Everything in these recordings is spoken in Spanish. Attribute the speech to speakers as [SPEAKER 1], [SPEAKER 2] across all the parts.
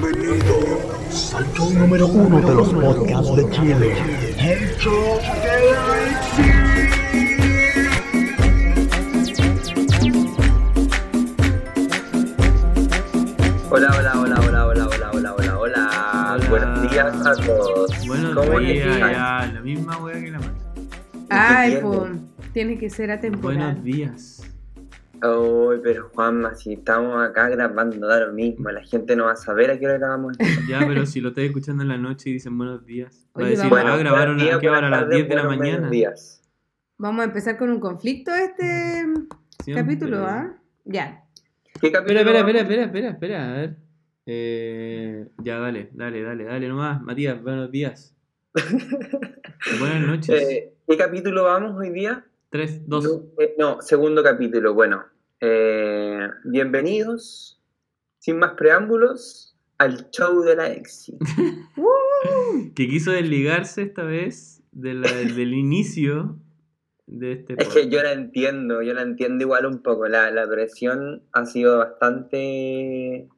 [SPEAKER 1] Bienvenidos al show número uno de los podcasts de Chile. El show de Richie.
[SPEAKER 2] Hola, hola, hola, hola, hola, hola, hola, hola, hola.
[SPEAKER 3] Hola.
[SPEAKER 2] Buenos días a todos.
[SPEAKER 3] Buenos días,
[SPEAKER 2] están?
[SPEAKER 3] ya, la misma wea que la Marta.
[SPEAKER 4] Ay,
[SPEAKER 2] Entiendo.
[SPEAKER 4] pum. Tiene que ser
[SPEAKER 3] Buenos
[SPEAKER 4] atemporal.
[SPEAKER 3] días.
[SPEAKER 2] Uy, pero Juanma, si estamos acá grabando da lo mismo, la gente no va a saber a qué hora grabamos.
[SPEAKER 3] Ya, pero si lo estás escuchando en la noche y dicen buenos días, va a
[SPEAKER 4] Oye,
[SPEAKER 3] decir,
[SPEAKER 4] vamos.
[SPEAKER 3] ah, grabaron
[SPEAKER 2] buenos días,
[SPEAKER 3] a qué hora, a
[SPEAKER 2] buenas
[SPEAKER 3] las 10 de
[SPEAKER 2] tardes,
[SPEAKER 3] la
[SPEAKER 2] buenos
[SPEAKER 3] mañana.
[SPEAKER 2] días.
[SPEAKER 4] Vamos a empezar con un conflicto este
[SPEAKER 3] Siempre.
[SPEAKER 4] capítulo, ¿ah? Ya.
[SPEAKER 2] ¿Qué
[SPEAKER 3] Espera,
[SPEAKER 2] capítulo?
[SPEAKER 3] espera, espera, espera, espera, espera, a ver. Eh, ya, dale, dale, dale, dale nomás. Matías, buenos días. Buenas noches.
[SPEAKER 2] Eh, ¿Qué capítulo vamos hoy día?
[SPEAKER 3] 3, 2.
[SPEAKER 2] No, eh, no, segundo capítulo, bueno. Eh, bienvenidos, sin más preámbulos, al show de la Exi.
[SPEAKER 3] Que quiso desligarse esta vez de la- del inicio de este
[SPEAKER 2] Es que yo la entiendo, yo la entiendo igual un poco. La, la presión ha sido bastante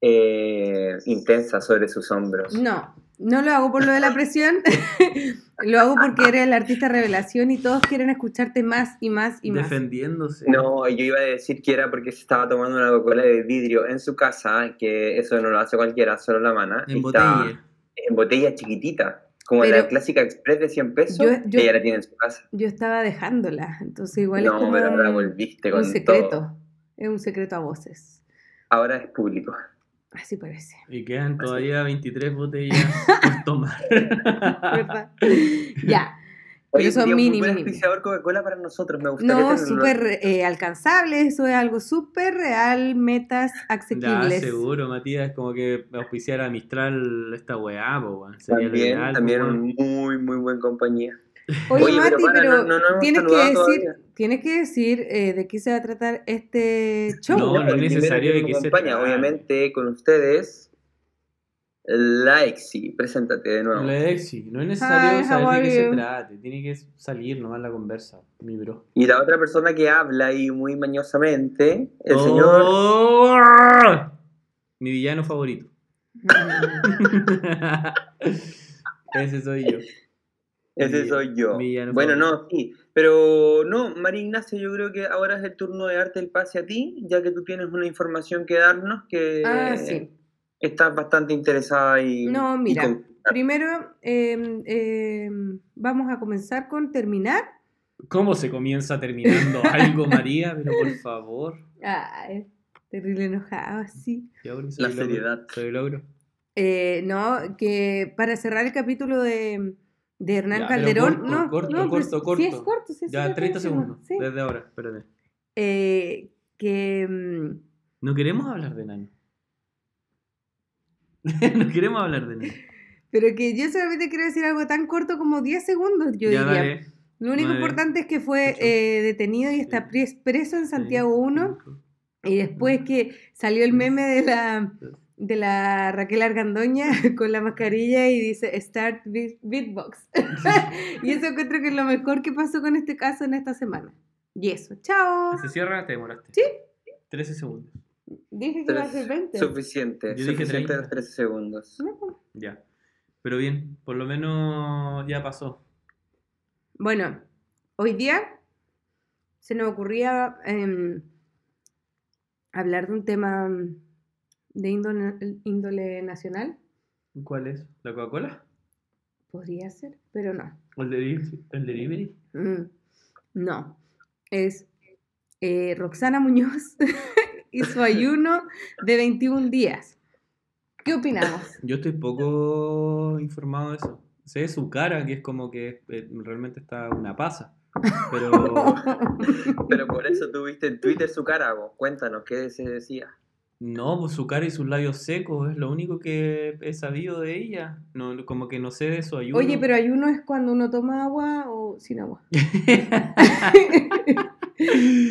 [SPEAKER 2] eh, intensa sobre sus hombros.
[SPEAKER 4] No, no lo hago por lo de la presión. lo hago porque eres el artista revelación y todos quieren escucharte más y más y más.
[SPEAKER 3] Defendiéndose.
[SPEAKER 2] No, yo iba a decir que era porque se estaba tomando una Coca-Cola de vidrio en su casa, que eso no lo hace cualquiera, solo la mana.
[SPEAKER 3] En
[SPEAKER 2] y está
[SPEAKER 3] botella.
[SPEAKER 2] En botella chiquitita, como la
[SPEAKER 4] Pero-
[SPEAKER 2] clásica Express de 100 pesos,
[SPEAKER 4] Yo- yo-
[SPEAKER 2] ella la tiene en su casa.
[SPEAKER 4] Yo estaba dejándola, entonces igual es
[SPEAKER 2] No,
[SPEAKER 4] como
[SPEAKER 2] pero ahora
[SPEAKER 4] un-
[SPEAKER 2] volviste
[SPEAKER 4] un
[SPEAKER 2] con
[SPEAKER 4] secreto.
[SPEAKER 2] todo.
[SPEAKER 4] Es un secreto a voces.
[SPEAKER 2] Ahora es público.
[SPEAKER 4] Así parece.
[SPEAKER 3] Y quedan todavía 23 botellas por tomar.
[SPEAKER 4] ¿Verdad? ya. Pero
[SPEAKER 2] Oye,
[SPEAKER 4] son
[SPEAKER 2] sería un
[SPEAKER 4] mini,
[SPEAKER 2] buen
[SPEAKER 4] mini, mini.
[SPEAKER 2] auspiciador Coca-Cola para nosotros, me gustaría
[SPEAKER 4] No,
[SPEAKER 2] tenerlo.
[SPEAKER 4] súper eh, alcanzable, eso es algo súper real, metas
[SPEAKER 3] Ya,
[SPEAKER 4] asequibles.
[SPEAKER 3] seguro, Matías, como que auspiciar a Mistral esta weá, po, weón. Sería lo
[SPEAKER 2] También,
[SPEAKER 3] ideal, po,
[SPEAKER 2] también
[SPEAKER 3] weón.
[SPEAKER 2] un muy, muy buen compañía.
[SPEAKER 4] Oye,
[SPEAKER 2] Oye, pero
[SPEAKER 4] Mati,
[SPEAKER 2] para,
[SPEAKER 4] pero
[SPEAKER 2] no- no nos hemos
[SPEAKER 4] tienes, que
[SPEAKER 2] saludado
[SPEAKER 4] decir,
[SPEAKER 2] todavía.
[SPEAKER 4] tienes que decir eh, de qué se va a tratar este show.
[SPEAKER 3] No,
[SPEAKER 2] Ya,
[SPEAKER 3] no es
[SPEAKER 2] el primero
[SPEAKER 3] necesario de
[SPEAKER 2] nos
[SPEAKER 3] que se
[SPEAKER 2] acompaña,
[SPEAKER 3] trate.
[SPEAKER 2] Obviamente, con ustedes, Laexi. Preséntate de nuevo.
[SPEAKER 3] Lexi, no es necesario
[SPEAKER 4] Hi, how
[SPEAKER 3] saber de
[SPEAKER 4] are
[SPEAKER 3] qué se
[SPEAKER 4] you?
[SPEAKER 3] trate, tiene que salir nomás la conversa, mi bro.
[SPEAKER 2] y la otra persona que habla y muy mañosamente, el
[SPEAKER 3] ¡Oh!
[SPEAKER 2] señor.
[SPEAKER 3] Mi villano favorito. Ese soy yo.
[SPEAKER 2] Ese
[SPEAKER 3] Mi-
[SPEAKER 2] soy yo.
[SPEAKER 3] mi villano
[SPEAKER 2] Bueno,
[SPEAKER 3] favorito.
[SPEAKER 2] no, sí. Pero no, María Ignacia, yo creo que ahora es el turno de darte el pase a ti, ya que tú tienes una información que darnos que
[SPEAKER 4] Ah,
[SPEAKER 3] Eh,
[SPEAKER 4] sí.
[SPEAKER 2] estás bastante interesada y.
[SPEAKER 4] No,
[SPEAKER 2] y
[SPEAKER 4] mira,
[SPEAKER 2] con-
[SPEAKER 4] Primero, eh, eh, vamos a comenzar con terminar.
[SPEAKER 3] ¿Cómo se comienza terminando algo, María? Pero por favor.
[SPEAKER 4] Ay, terrible enojado, así.
[SPEAKER 3] Ya, porque soy
[SPEAKER 2] La
[SPEAKER 3] logro,
[SPEAKER 2] seriedad.
[SPEAKER 3] Soy logro.
[SPEAKER 4] Eh, no, que para cerrar el capítulo de, de Hernán
[SPEAKER 3] Ya, pero
[SPEAKER 4] Calderón.
[SPEAKER 3] corto,
[SPEAKER 4] no,
[SPEAKER 3] corto,
[SPEAKER 4] no,
[SPEAKER 3] corto,
[SPEAKER 4] pero
[SPEAKER 3] corto.
[SPEAKER 4] Sí, es corto, sí, es
[SPEAKER 3] Ya,
[SPEAKER 4] súper
[SPEAKER 3] 30
[SPEAKER 4] buenísimo,
[SPEAKER 3] segundos.
[SPEAKER 4] sí.
[SPEAKER 3] Desde ahora, espérate.
[SPEAKER 4] Eh, que. mm,
[SPEAKER 3] No queremos hablar de Nano. no queremos hablar de Nano.
[SPEAKER 4] Pero que yo solamente quiero decir algo tan corto como 10 segundos, yo
[SPEAKER 3] ya,
[SPEAKER 4] diría.
[SPEAKER 3] dale.
[SPEAKER 4] Lo único
[SPEAKER 3] Nueve,
[SPEAKER 4] importante es que fue
[SPEAKER 3] ocho,
[SPEAKER 4] eh, detenido y está pres- preso en Santiago 1.
[SPEAKER 3] Cinco.
[SPEAKER 4] Y después que salió el meme de la,
[SPEAKER 3] dos.
[SPEAKER 4] de la Raquel Argandoña con la mascarilla y dice Start beat- Beatbox. y eso encuentro que es lo mejor que pasó con este caso en esta semana. Y eso, chao.
[SPEAKER 3] Ah, Se cierra, te demoraste.
[SPEAKER 4] Sí.
[SPEAKER 3] 13 segundos.
[SPEAKER 4] Dije que iba a
[SPEAKER 2] Tres.
[SPEAKER 4] ser 20.
[SPEAKER 2] Suficiente,
[SPEAKER 3] Yo dije
[SPEAKER 2] suficiente
[SPEAKER 3] 30.
[SPEAKER 2] los 13 segundos.
[SPEAKER 4] No, pues.
[SPEAKER 3] Ya. Pero bien, por lo menos ya pasó.
[SPEAKER 4] Bueno, hoy día se nos ocurría em, hablar de un tema em, de índole, índole nacional,
[SPEAKER 3] ¿Cuál es? ¿La Coca-Cola?
[SPEAKER 4] podría ser, pero no.
[SPEAKER 3] ¿O el, deli- el delivery?
[SPEAKER 4] Mm, no, es eh, Roxana Muñoz y su ayuno de 21 días. ¿Qué opinamos?
[SPEAKER 3] Yo estoy poco informado de eso. Sé de su cara, que es como que eh, realmente está una pasa. Pero
[SPEAKER 2] Pero por eso tuviste en Twitter su cara, vos. Cuéntanos, ¿qué se decía?
[SPEAKER 3] No, pues su cara y sus labios secos es lo único que he sabido de ella. No, no- como que no sé de su ayuno.
[SPEAKER 4] Oye, pero ayuno es cuando uno toma agua o sin agua.
[SPEAKER 2] Ah,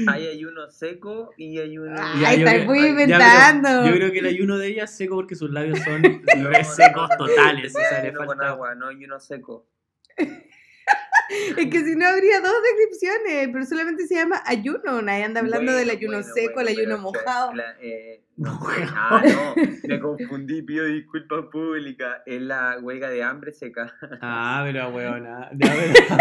[SPEAKER 2] Hay ayuno seco y ayuno.
[SPEAKER 4] Ay,
[SPEAKER 3] Ya, yo
[SPEAKER 4] estás
[SPEAKER 3] creo-
[SPEAKER 2] ah,
[SPEAKER 4] muy
[SPEAKER 3] ya, pero
[SPEAKER 4] inventando.
[SPEAKER 3] yo creo que el ayuno de ella es seco porque sus labios son re secos totales. O sea, le
[SPEAKER 2] Ayuno con
[SPEAKER 3] falta,
[SPEAKER 2] agua, no ayuno seco.
[SPEAKER 4] Es que si no habría dos descripciones, pero solamente se llama ayuno. Nadie anda hablando del
[SPEAKER 2] Bueno,
[SPEAKER 4] ayuno
[SPEAKER 2] bueno,
[SPEAKER 4] seco,
[SPEAKER 2] bueno,
[SPEAKER 4] el ayuno
[SPEAKER 2] pero, che,
[SPEAKER 4] mojado.
[SPEAKER 2] la- eh, no, ah, no, me confundí, pido disculpas públicas. Es la huelga de hambre seca.
[SPEAKER 3] Ah, pero weona. Ya, pero...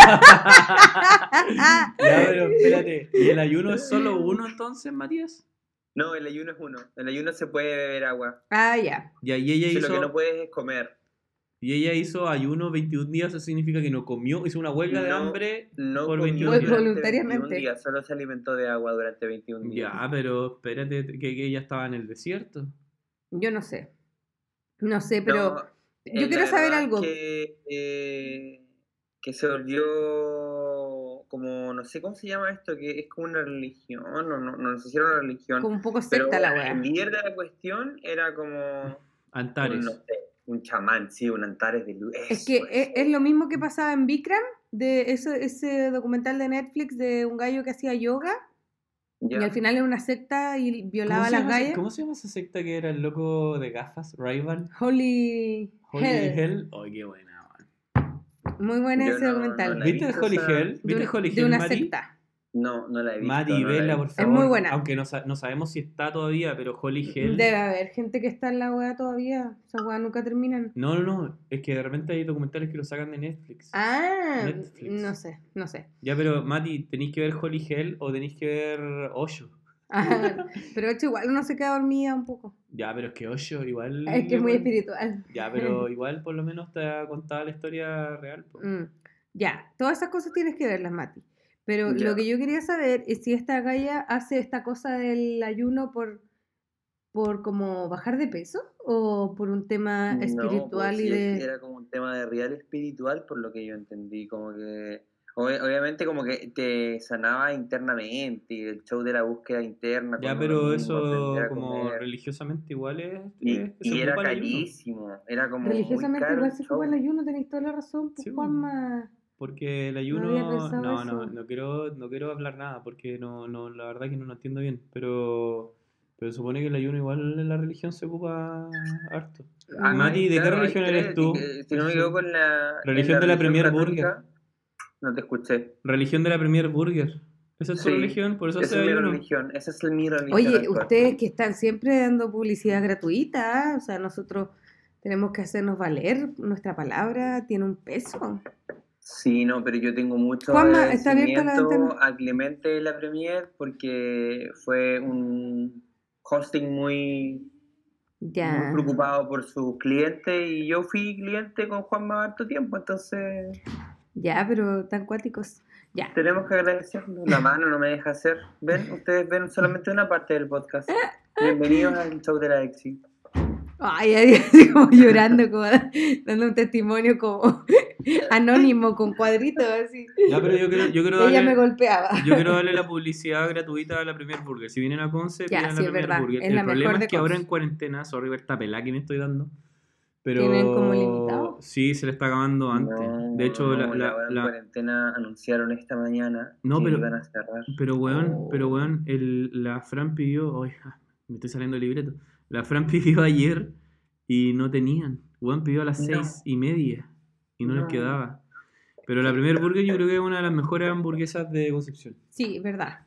[SPEAKER 4] Ah,
[SPEAKER 3] Ya, pero espérate. ¿Y el ayuno es solo uno entonces, Matías?
[SPEAKER 2] No, el ayuno es uno. El ayuno se puede beber agua.
[SPEAKER 4] ah, ya.
[SPEAKER 3] Ya, y ella
[SPEAKER 2] Si
[SPEAKER 3] hizo...
[SPEAKER 2] lo que no puedes es comer.
[SPEAKER 3] Y ella hizo ayuno 21 días, eso significa que no comió, hizo una huelga de
[SPEAKER 2] No.
[SPEAKER 3] hambre.
[SPEAKER 2] No
[SPEAKER 3] Por
[SPEAKER 2] comió
[SPEAKER 3] 21
[SPEAKER 2] durante
[SPEAKER 4] días. Pues Voluntariamente.
[SPEAKER 2] 21 días, solo se alimentó de agua durante 21 días.
[SPEAKER 3] Ya, pero espérate, que, que ella estaba en el desierto.
[SPEAKER 4] Yo no sé. No sé, pero
[SPEAKER 2] No, eh,
[SPEAKER 4] yo
[SPEAKER 2] la
[SPEAKER 4] quiero saber
[SPEAKER 2] verdad
[SPEAKER 4] algo.
[SPEAKER 2] Que, eh, que se volvió como, no sé cómo se llama esto, que es como una religión, o no, no, no sé si era una religión.
[SPEAKER 4] Como un poco
[SPEAKER 2] pero
[SPEAKER 4] secta la
[SPEAKER 2] el
[SPEAKER 4] weá.
[SPEAKER 2] líder de la cuestión era como un,
[SPEAKER 3] Antares.
[SPEAKER 2] no sé, un chamán, sí, un Antares de luz.
[SPEAKER 4] Es que es, es lo mismo que pasaba en Bikram, de ese, ese documental de Netflix de un gallo que hacía yoga y al final era una secta y
[SPEAKER 3] ¿Cómo,
[SPEAKER 4] violaba a
[SPEAKER 3] se
[SPEAKER 4] las
[SPEAKER 3] llama, ese-
[SPEAKER 4] gallas.
[SPEAKER 3] cómo se llama esa secta que era el loco de gafas? Rayban.
[SPEAKER 4] Holy,
[SPEAKER 3] Holy
[SPEAKER 4] Hell.
[SPEAKER 3] Hell.
[SPEAKER 2] Oh,
[SPEAKER 3] Ay, qué buena. man.
[SPEAKER 4] Muy bueno
[SPEAKER 2] Yo
[SPEAKER 4] ese
[SPEAKER 2] no- no
[SPEAKER 4] documental.
[SPEAKER 2] la he
[SPEAKER 3] ¿Viste el
[SPEAKER 2] visto
[SPEAKER 3] Holy
[SPEAKER 2] esa-
[SPEAKER 3] Hell?
[SPEAKER 4] de,
[SPEAKER 3] ¿Viste
[SPEAKER 4] una-
[SPEAKER 3] el Holy
[SPEAKER 4] de
[SPEAKER 3] Hell,
[SPEAKER 4] una
[SPEAKER 3] Mati?
[SPEAKER 4] secta.
[SPEAKER 2] No, no la he visto.
[SPEAKER 3] Mati,
[SPEAKER 2] no la he
[SPEAKER 3] vela, por
[SPEAKER 2] visto.
[SPEAKER 3] favor.
[SPEAKER 4] muy buena.
[SPEAKER 3] Aunque no, sa- no sabemos si está todavía, pero Holy Hell.
[SPEAKER 4] Debe haber gente que está en la weá todavía. Esas weas nunca terminan.
[SPEAKER 3] No, no, no. Es que de repente hay documentales que lo sacan de Netflix.
[SPEAKER 4] Ah,
[SPEAKER 3] Netflix.
[SPEAKER 4] no sé, no sé.
[SPEAKER 3] Ya, pero Mati, ¿tenéis que ver Holy Hell o tenéis que ver Hoyo?
[SPEAKER 4] Ah, pero hecho igual uno se queda dormida un poco.
[SPEAKER 3] Ya, pero es que Hoyo igual.
[SPEAKER 4] Es que es muy
[SPEAKER 3] igual-
[SPEAKER 4] espiritual.
[SPEAKER 3] Ya, pero igual por lo menos te ha contado la historia real. po.
[SPEAKER 4] Mm, Ya, todas esas cosas tienes que verlas, Mati. Pero
[SPEAKER 2] Ya.
[SPEAKER 4] lo que yo quería saber es si esta galla hace esta cosa del ayuno por, por como bajar de peso o por un tema
[SPEAKER 2] No, pues,
[SPEAKER 4] espiritual y
[SPEAKER 2] sí,
[SPEAKER 4] de...
[SPEAKER 2] Era como un tema de real espiritual, por lo que yo entendí. Como que. obvi- Obviamente, como que te sanaba internamente y el show de la búsqueda interna.
[SPEAKER 3] Ya,
[SPEAKER 2] con uno
[SPEAKER 3] pero
[SPEAKER 2] mismo,
[SPEAKER 3] eso
[SPEAKER 2] aprender a
[SPEAKER 3] como
[SPEAKER 2] comer.
[SPEAKER 3] religiosamente igual es...
[SPEAKER 2] Y,
[SPEAKER 3] es-
[SPEAKER 2] y
[SPEAKER 3] se
[SPEAKER 2] era
[SPEAKER 3] ocupa el ayuno.
[SPEAKER 2] carísimo. Era como. muy
[SPEAKER 4] Religiosamente
[SPEAKER 2] caro
[SPEAKER 4] igual
[SPEAKER 2] el
[SPEAKER 4] se
[SPEAKER 2] show.
[SPEAKER 4] ocupa el ayuno, tenéis toda la razón, pues
[SPEAKER 3] Sí, bo.
[SPEAKER 4] Juanma.
[SPEAKER 3] Porque el
[SPEAKER 4] había
[SPEAKER 3] ayuno...
[SPEAKER 4] pensado
[SPEAKER 3] No, no,
[SPEAKER 4] eso.
[SPEAKER 3] no quiero, no quiero hablar nada porque no, no, la verdad que no lo entiendo bien. Pero, pero supone que el ayuno igual en la religión se ocupa harto.
[SPEAKER 2] Ah,
[SPEAKER 3] Mati, ¿de qué
[SPEAKER 2] claro, hay
[SPEAKER 3] religión
[SPEAKER 2] tres,
[SPEAKER 3] eres tú?
[SPEAKER 2] eh, Si no me equivoco, en la.
[SPEAKER 3] Religión
[SPEAKER 2] en
[SPEAKER 3] de la Premier
[SPEAKER 2] religión
[SPEAKER 3] Burger.
[SPEAKER 2] católica- No te escuché.
[SPEAKER 3] Religión de la Premier Burger. Esa es tu
[SPEAKER 2] Sí,
[SPEAKER 3] religión, por eso
[SPEAKER 2] Esa
[SPEAKER 3] hace
[SPEAKER 2] es mi
[SPEAKER 3] ayuno.
[SPEAKER 2] religión. Esa es mi religión.
[SPEAKER 4] Oye,
[SPEAKER 2] actual.
[SPEAKER 4] ustedes que están siempre dando publicidad gratuita, ¿ah? o sea, nosotros tenemos que hacernos valer, nuestra palabra tiene un peso.
[SPEAKER 2] Sí, no, pero yo tengo mucho
[SPEAKER 4] Juanma, está abierta la
[SPEAKER 2] agradecimiento
[SPEAKER 4] ventana.
[SPEAKER 2] a Clemente de la Premier porque fue un hosting muy, muy
[SPEAKER 4] Ya.
[SPEAKER 2] preocupado por sus clientes y yo fui cliente con Juanma harto tiempo, entonces
[SPEAKER 4] Ya, pero tan cuáticos. Ya.
[SPEAKER 2] tenemos que agradecerlo. La mano no me deja hacer. Ven, ustedes ven solamente una parte del podcast. Bienvenidos al show de la Exi.
[SPEAKER 4] Ay, ay, así como llorando, como da- dando un testimonio como anónimo, con cuadritos así.
[SPEAKER 3] Ya, pero yo quiero, yo quiero
[SPEAKER 4] Ella
[SPEAKER 3] darle...
[SPEAKER 4] me golpeaba.
[SPEAKER 3] Yo quiero darle la publicidad gratuita a la Premier Burger. Si vienen a Conce,
[SPEAKER 4] Ya,
[SPEAKER 3] pidan la
[SPEAKER 4] sí, es
[SPEAKER 3] Premier
[SPEAKER 4] verdad.
[SPEAKER 3] Burger.
[SPEAKER 4] Es
[SPEAKER 3] el
[SPEAKER 4] la
[SPEAKER 3] problema
[SPEAKER 4] mejor de
[SPEAKER 3] es que ahora
[SPEAKER 4] Conce.
[SPEAKER 3] en cuarentena, sorry, ver esta pelá que me estoy dando. Pero
[SPEAKER 4] ¿Tienen como limitado?
[SPEAKER 3] Sí, se le está acabando antes.
[SPEAKER 2] No,
[SPEAKER 3] de hecho, la,
[SPEAKER 2] no,
[SPEAKER 3] la-
[SPEAKER 2] hora de
[SPEAKER 3] la-
[SPEAKER 2] cuarentena anunciaron esta mañana
[SPEAKER 3] No,
[SPEAKER 2] que
[SPEAKER 3] pero-
[SPEAKER 2] iban a cerrar.
[SPEAKER 3] Pero weón,
[SPEAKER 4] Oh.
[SPEAKER 3] pero weón, el, la Fran pidió. Oiga, me estoy saliendo el libreto. La Fran pidió ayer y no tenían. Weón pidió a las
[SPEAKER 2] No.
[SPEAKER 3] seis y media y no,
[SPEAKER 2] No.
[SPEAKER 3] les quedaba. Pero la Premier Burger yo creo que es una de las mejores hamburguesas de Concepción.
[SPEAKER 4] Sí, verdad.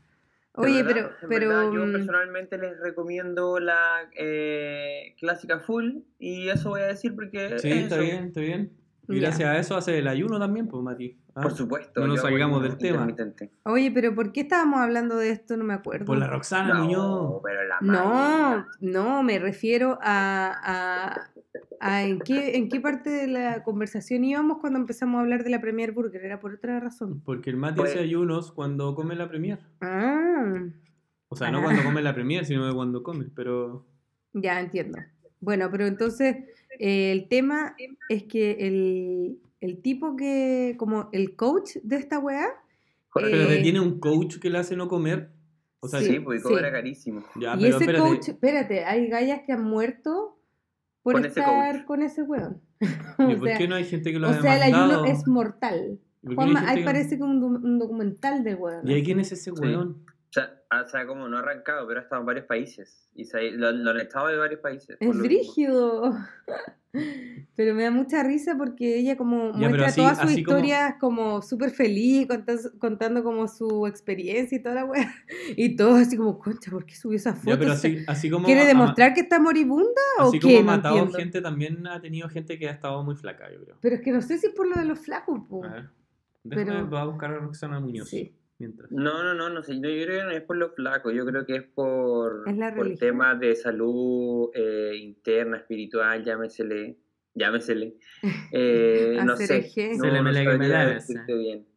[SPEAKER 2] De
[SPEAKER 4] Oye,
[SPEAKER 2] verdad, de
[SPEAKER 4] pero,
[SPEAKER 2] verdad,
[SPEAKER 4] pero
[SPEAKER 2] yo
[SPEAKER 4] mm,
[SPEAKER 2] personalmente les recomiendo la eh, clásica full y eso voy a decir porque
[SPEAKER 3] Sí,
[SPEAKER 2] es
[SPEAKER 3] está
[SPEAKER 2] eso.
[SPEAKER 3] bien, está bien. Y
[SPEAKER 4] Eh, Ya.
[SPEAKER 3] gracias a eso hace el ayuno también, pues, Mati. Ah,
[SPEAKER 2] por supuesto
[SPEAKER 3] No nos
[SPEAKER 2] yo hago
[SPEAKER 3] salgamos
[SPEAKER 2] ayuno
[SPEAKER 3] del tema.
[SPEAKER 2] intermitente.
[SPEAKER 4] oye, pero ¿por qué estábamos hablando de esto? No me acuerdo.
[SPEAKER 3] Por la
[SPEAKER 2] no
[SPEAKER 3] Roxana Ah, Muñoz.
[SPEAKER 2] pero la
[SPEAKER 4] No,
[SPEAKER 2] Maya,
[SPEAKER 4] no, me refiero a, a- a en, qué, en qué parte de la conversación íbamos cuando empezamos a hablar de la Premier Burger, era por otra razón.
[SPEAKER 3] Porque el Mati
[SPEAKER 2] Pues-
[SPEAKER 3] hace ayunos cuando come la Premier.
[SPEAKER 4] Ah,
[SPEAKER 3] O sea, no
[SPEAKER 4] Ah.
[SPEAKER 3] cuando come la Premier, sino cuando come. Pero
[SPEAKER 4] ya entiendo. Bueno, pero entonces eh, el tema es que el, el tipo que, como el coach de esta weá,
[SPEAKER 2] Correcto.
[SPEAKER 4] eh,
[SPEAKER 3] pero te tiene un coach que le hace no comer. O sea,
[SPEAKER 2] sí
[SPEAKER 4] sí,
[SPEAKER 2] porque
[SPEAKER 4] sí.
[SPEAKER 2] cobra carísimo
[SPEAKER 3] ya,
[SPEAKER 4] y
[SPEAKER 3] pero
[SPEAKER 4] ese
[SPEAKER 3] espérate.
[SPEAKER 4] coach, espérate, hay gallas que han muerto por
[SPEAKER 2] Con ese
[SPEAKER 4] estar
[SPEAKER 2] coach.
[SPEAKER 4] con ese weón.
[SPEAKER 3] ¿Y
[SPEAKER 4] O
[SPEAKER 3] por
[SPEAKER 4] sea-
[SPEAKER 3] qué no hay gente que lo
[SPEAKER 4] O
[SPEAKER 3] ha
[SPEAKER 4] sea, el ayuno
[SPEAKER 3] demandado?
[SPEAKER 4] es mortal.
[SPEAKER 3] ¿Y por qué no hay
[SPEAKER 4] Juanma,
[SPEAKER 3] gente
[SPEAKER 4] ahí
[SPEAKER 3] que-
[SPEAKER 4] parece que un, do- un documental de weón.
[SPEAKER 3] ¿Y ahí quién es ese
[SPEAKER 2] Sí.
[SPEAKER 3] weón?
[SPEAKER 2] O sea, ah, o sea, como no ha arrancado, pero ha estado en varios países. Y se, lo, lo han estado en varios países. por
[SPEAKER 4] Es
[SPEAKER 2] lo
[SPEAKER 4] brígido. Pero me da mucha risa porque ella como
[SPEAKER 3] Ya, pero
[SPEAKER 4] muestra
[SPEAKER 3] así-
[SPEAKER 4] todas sus
[SPEAKER 3] así como-
[SPEAKER 4] historias como súper feliz, contas- contando como su experiencia y toda la wea. Y todo así como, concha, ¿por qué subió esa foto?
[SPEAKER 3] Ya, pero
[SPEAKER 4] O sea,
[SPEAKER 3] así, así como.
[SPEAKER 4] ¿Quiere
[SPEAKER 3] ha- ha-
[SPEAKER 4] demostrar que está moribunda o
[SPEAKER 3] Así como
[SPEAKER 4] qué?
[SPEAKER 3] ha
[SPEAKER 4] No
[SPEAKER 3] matado
[SPEAKER 4] entiendo.
[SPEAKER 3] gente, también ha tenido gente que ha estado muy flaca, yo creo.
[SPEAKER 4] Pero es que no sé si es por lo de los flacos, po.
[SPEAKER 3] A ver. Déjame,
[SPEAKER 4] Pero-
[SPEAKER 3] voy a buscar a Roxana Muñoz.
[SPEAKER 4] Sí.
[SPEAKER 3] Mientras.
[SPEAKER 2] No, no, no, no sé. Yo, yo creo que no es por lo flaco, yo creo que es por,
[SPEAKER 4] Es la
[SPEAKER 2] por
[SPEAKER 4] religión.
[SPEAKER 2] temas de salud eh, interna, espiritual, llámesele, llámesele. Eh, no sé,
[SPEAKER 4] Hacer eje.
[SPEAKER 2] no,
[SPEAKER 3] Se le
[SPEAKER 2] no
[SPEAKER 3] me la que me
[SPEAKER 2] sabría
[SPEAKER 3] la
[SPEAKER 2] decirte bien.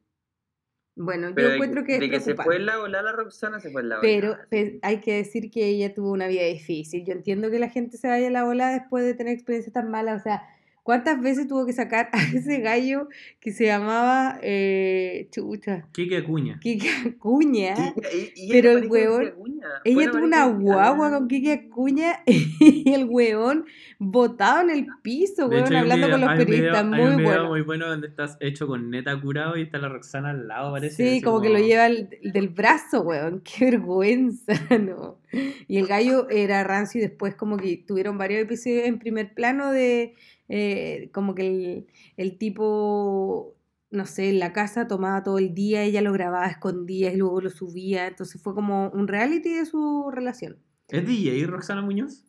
[SPEAKER 4] Bueno, yo
[SPEAKER 2] Pero de-
[SPEAKER 4] encuentro que es
[SPEAKER 2] de que se fue
[SPEAKER 4] preocupante.
[SPEAKER 2] la ola la Roxana, se fue la ola.
[SPEAKER 4] Pero pe- hay que decir que ella tuvo una vida difícil. Yo entiendo que la gente se vaya a la bola después de tener experiencias tan malas. O sea, ¿cuántas veces tuvo que sacar a ese gallo que se llamaba eh, Chucha?
[SPEAKER 3] Kike Acuña.
[SPEAKER 4] Kike Acuña.
[SPEAKER 2] Y- y- y
[SPEAKER 4] ah, pero
[SPEAKER 2] era
[SPEAKER 4] el
[SPEAKER 2] pareja de
[SPEAKER 4] huevón-
[SPEAKER 2] Acuña,
[SPEAKER 4] Ella
[SPEAKER 2] fuera
[SPEAKER 4] tuvo
[SPEAKER 2] pareja
[SPEAKER 4] una
[SPEAKER 2] de-
[SPEAKER 4] guagua
[SPEAKER 2] Ah,
[SPEAKER 4] con Kike Acuña y el weón botado en el piso,
[SPEAKER 3] De
[SPEAKER 4] weón,
[SPEAKER 3] hecho, hay un
[SPEAKER 4] hablando
[SPEAKER 3] video-
[SPEAKER 4] con los
[SPEAKER 3] hay un video-
[SPEAKER 4] periodistas.
[SPEAKER 3] hay un
[SPEAKER 4] Muy
[SPEAKER 3] video
[SPEAKER 4] bueno.
[SPEAKER 3] muy bueno donde estás hecho con neta curado y está la Roxana al lado, parece.
[SPEAKER 4] Sí,
[SPEAKER 3] así
[SPEAKER 4] como que lo lleva al- del brazo, weón. Qué vergüenza, ¿no? Y el gallo era rancio y después como que tuvieron varios episodios en primer plano de eh, como que el, el tipo, no sé, en la casa tomaba todo el día, ella lo grababa, escondía y luego lo subía. Entonces fue como un reality de su relación.
[SPEAKER 3] ¿Es DJ Roxana Muñoz?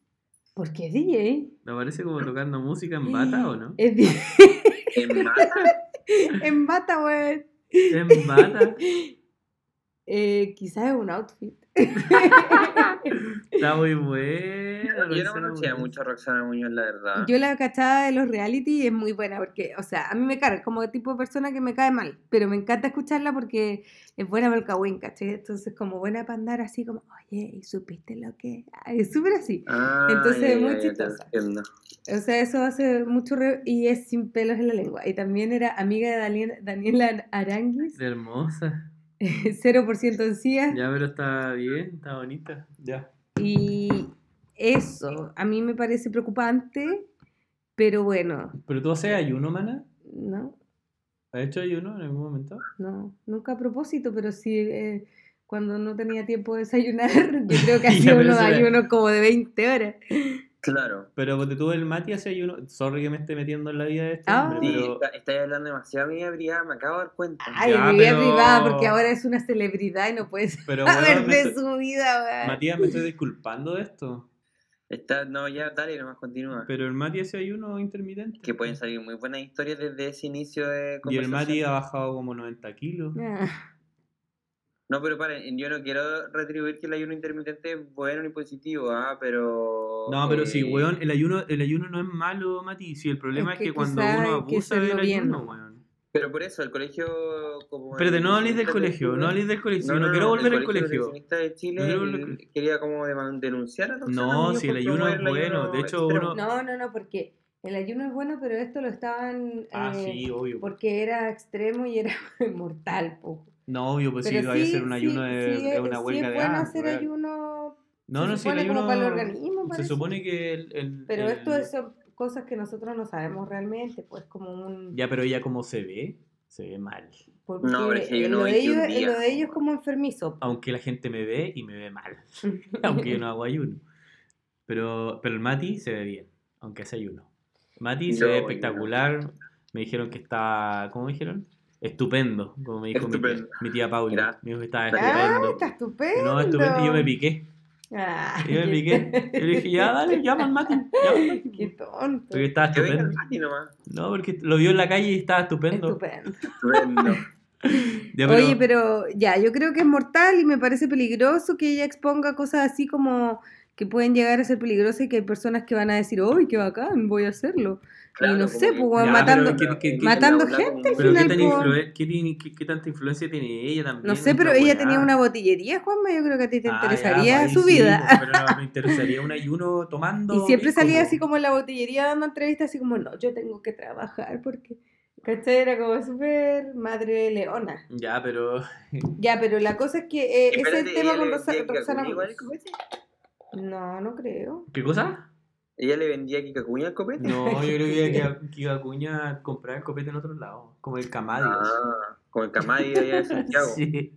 [SPEAKER 4] Porque es DJ.
[SPEAKER 3] ¿Me parece como tocando música en bata o no?
[SPEAKER 4] Es di-
[SPEAKER 2] ¿En Mata?
[SPEAKER 4] en bata, weón.
[SPEAKER 3] ¿En bata?
[SPEAKER 4] Eh, quizás es un outfit.
[SPEAKER 3] Está muy buena.
[SPEAKER 2] Yo no
[SPEAKER 3] Roxana
[SPEAKER 2] conocía
[SPEAKER 3] Muñoz.
[SPEAKER 2] mucho a Roxana Muñoz, la verdad.
[SPEAKER 4] Yo la cachada de los reality es muy buena porque, o sea, a mí me carga como tipo de persona que me cae mal, pero me encanta escucharla porque es buena para el cagüín, ¿cachai? Entonces, como buena para andar así como, oye, ¿y supiste lo que? Ah, Es súper así.
[SPEAKER 2] Ah,
[SPEAKER 4] Entonces,
[SPEAKER 2] ya, ya,
[SPEAKER 4] muy
[SPEAKER 2] ya, te
[SPEAKER 4] chistosa.
[SPEAKER 2] entiendo.
[SPEAKER 4] O sea, eso hace mucho re- y es sin pelos en la lengua. Y también era amiga de Daniel- Daniela Aranguis,
[SPEAKER 3] Está hermosa.
[SPEAKER 4] 0% encías.
[SPEAKER 3] Ya, pero está bien, está bonita. Ya.
[SPEAKER 4] Y eso, a mí me parece preocupante, pero bueno,
[SPEAKER 3] ¿Pero tú haces ayuno, mana?
[SPEAKER 4] ¿no?
[SPEAKER 3] ¿Has hecho ayuno en algún momento?
[SPEAKER 4] No, nunca a propósito, pero sí eh, cuando no tenía tiempo de desayunar, yo creo que
[SPEAKER 3] Ya,
[SPEAKER 4] hacía
[SPEAKER 3] pero
[SPEAKER 4] unos
[SPEAKER 3] eso era-
[SPEAKER 4] ayunos como de 20 horas.
[SPEAKER 2] Claro.
[SPEAKER 3] Pero porque tú el Mati hace ayuno. Sorry que me esté metiendo en la vida de este
[SPEAKER 4] Ah.
[SPEAKER 3] hombre,
[SPEAKER 2] Sí,
[SPEAKER 3] pero.
[SPEAKER 2] está- estáis hablando demasiado de mi Brian, me acabo de dar cuenta.
[SPEAKER 4] Ay,
[SPEAKER 3] Ya,
[SPEAKER 4] mi vida
[SPEAKER 3] pero-
[SPEAKER 4] privada, porque ahora es una celebridad y no puedes
[SPEAKER 3] Pero
[SPEAKER 4] saber
[SPEAKER 3] weón, me
[SPEAKER 4] de
[SPEAKER 3] estoy-
[SPEAKER 4] su vida, weón.
[SPEAKER 3] Matías, me estoy disculpando de esto.
[SPEAKER 2] Está, no, ya dale, nomás continúa.
[SPEAKER 3] Pero el Mati hace ayuno intermitente.
[SPEAKER 2] Que pueden salir muy buenas historias desde ese inicio de
[SPEAKER 3] Y el
[SPEAKER 2] conversación.
[SPEAKER 3] Mati ha bajado como 90 kilos.
[SPEAKER 4] Ah,
[SPEAKER 2] No, pero paren, yo no quiero retribuir que el ayuno intermitente es bueno ni positivo, ah, pero...
[SPEAKER 3] No, pero sí,
[SPEAKER 2] eh,
[SPEAKER 3] weón, el ayuno, el ayuno no es malo, Mati. Sí, el problema
[SPEAKER 4] Es
[SPEAKER 3] es que,
[SPEAKER 4] que
[SPEAKER 3] cuando
[SPEAKER 4] quizá hay
[SPEAKER 3] uno
[SPEAKER 4] que
[SPEAKER 3] abusa
[SPEAKER 4] hacerlo
[SPEAKER 3] del
[SPEAKER 4] bien,
[SPEAKER 3] ayuno,
[SPEAKER 4] ¿no?
[SPEAKER 3] weón.
[SPEAKER 2] Pero por eso, el colegio... Como
[SPEAKER 3] Espérate, no habléis del colegio, no habléis del colegio. si no, quiero volver al colegio.
[SPEAKER 2] De Chile,
[SPEAKER 3] No quiero volver al
[SPEAKER 2] eh,
[SPEAKER 3] colegio.
[SPEAKER 2] Quería como deman- denunciar a Roxana
[SPEAKER 3] No,
[SPEAKER 2] Muñoz
[SPEAKER 3] si
[SPEAKER 2] por
[SPEAKER 3] el ayuno es
[SPEAKER 2] promover el
[SPEAKER 3] bueno,
[SPEAKER 2] ayuno
[SPEAKER 3] de hecho
[SPEAKER 2] extremo.
[SPEAKER 3] uno-
[SPEAKER 4] No, no, no, porque el ayuno es bueno, pero esto lo estaban...
[SPEAKER 3] Ah,
[SPEAKER 4] eh,
[SPEAKER 3] sí, obvio.
[SPEAKER 4] Porque era extremo y era mortal, po.
[SPEAKER 3] No, obvio, pues sí,
[SPEAKER 4] Pero
[SPEAKER 3] vaya a hacer un
[SPEAKER 4] sí,
[SPEAKER 3] ayuno de,
[SPEAKER 4] sí,
[SPEAKER 3] de una
[SPEAKER 4] sí
[SPEAKER 3] huelga
[SPEAKER 4] es
[SPEAKER 3] de
[SPEAKER 4] bueno
[SPEAKER 3] hambre,
[SPEAKER 4] hacer
[SPEAKER 3] weón.
[SPEAKER 4] ayuno...
[SPEAKER 3] No, no,
[SPEAKER 4] se
[SPEAKER 3] si el
[SPEAKER 4] supone como
[SPEAKER 3] ayuno.
[SPEAKER 4] para el organismo,
[SPEAKER 3] se
[SPEAKER 4] parece.
[SPEAKER 3] supone que el. el-
[SPEAKER 4] Pero
[SPEAKER 3] el-
[SPEAKER 4] esto es- son cosas que nosotros no sabemos realmente, pues como un...
[SPEAKER 3] Ya, pero ella como se ve, se ve mal.
[SPEAKER 4] Porque
[SPEAKER 2] No, pero es que
[SPEAKER 4] eh,
[SPEAKER 2] uno
[SPEAKER 4] lo, de
[SPEAKER 2] 21
[SPEAKER 4] ellos, eh,
[SPEAKER 2] días.
[SPEAKER 4] lo de ellos es como enfermizo. po.
[SPEAKER 3] Aunque la gente me ve y me ve mal. aunque yo no hago ayuno. Pero, pero el Mati se ve bien, aunque hace ayuno. Mati se
[SPEAKER 2] Yo,
[SPEAKER 3] ve
[SPEAKER 2] yo.
[SPEAKER 3] espectacular. Me dijeron que está. ¿Cómo me dijeron? Estupendo, como me dijo mi tía-
[SPEAKER 2] Estupendo.
[SPEAKER 3] mi tía Paula.
[SPEAKER 2] Gracias.
[SPEAKER 3] Me dijo que estaba
[SPEAKER 4] Ah,
[SPEAKER 3] estupendo.
[SPEAKER 4] está estupendo.
[SPEAKER 3] no, estupendo. Y yo me piqué.
[SPEAKER 4] Ah,
[SPEAKER 3] Yo me piqué. Yo le dije, ya, dale, llama al Mati. llama al Mati".
[SPEAKER 4] Qué tonto.
[SPEAKER 3] Porque estaba
[SPEAKER 2] Que venga el
[SPEAKER 3] estupendo.
[SPEAKER 2] Mati nomás.
[SPEAKER 3] No, porque lo vio en la calle y estaba estupendo.
[SPEAKER 4] Estupendo.
[SPEAKER 2] Estupendo.
[SPEAKER 3] Ya,
[SPEAKER 4] Oye, pero ya, yo creo que es mortal y me parece peligroso que ella exponga cosas así como que pueden llegar a ser peligrosas y que hay personas que van a decir, uy, qué bacán, voy a hacerlo.
[SPEAKER 2] Claro,
[SPEAKER 4] y no
[SPEAKER 2] como
[SPEAKER 4] sé,
[SPEAKER 2] que-
[SPEAKER 4] pues, weón,
[SPEAKER 3] Ya,
[SPEAKER 4] matando...
[SPEAKER 3] pero que- que- que-
[SPEAKER 4] matando
[SPEAKER 2] la-
[SPEAKER 4] gente,
[SPEAKER 2] como-
[SPEAKER 3] Pero
[SPEAKER 4] final,
[SPEAKER 3] ¿qué, tan
[SPEAKER 4] po.
[SPEAKER 3] influen- qué, tiene- qué- qué tanta influencia tiene ella también?
[SPEAKER 4] No sé,
[SPEAKER 3] en
[SPEAKER 4] pero
[SPEAKER 3] esta
[SPEAKER 4] ella
[SPEAKER 3] weá?
[SPEAKER 4] tenía una botillería, Juanma, yo creo que a ti te
[SPEAKER 3] Ah, ya,
[SPEAKER 4] interesaría
[SPEAKER 3] pues ahí
[SPEAKER 4] su
[SPEAKER 3] sí,
[SPEAKER 4] vida.
[SPEAKER 3] pues, Pero no, me interesaría un ayuno tomando.
[SPEAKER 4] Y siempre
[SPEAKER 3] rico,
[SPEAKER 4] salía
[SPEAKER 3] pues.
[SPEAKER 4] así como en la botillería dando entrevistas, así como, no, yo tengo que trabajar porque, ¿cachai? Era como súper madre leona.
[SPEAKER 3] Ya, pero.
[SPEAKER 4] Ya, pero la cosa es que eh, ese
[SPEAKER 2] Espérate,
[SPEAKER 4] tema
[SPEAKER 2] ella
[SPEAKER 4] con
[SPEAKER 2] le
[SPEAKER 4] Rosa-
[SPEAKER 2] vendía
[SPEAKER 4] Roxana
[SPEAKER 2] Kikakuya igual
[SPEAKER 4] Muñoz.
[SPEAKER 2] el copete.
[SPEAKER 4] No, no creo.
[SPEAKER 3] ¿Qué cosa?
[SPEAKER 2] Ella le vendía a Kikakuña el copete.
[SPEAKER 3] No, yo creo que, que, que Acuña compraba el copete en otro lado, como el Camadios.
[SPEAKER 2] Ah, Como el Camadi allá de Santiago.
[SPEAKER 3] Sí.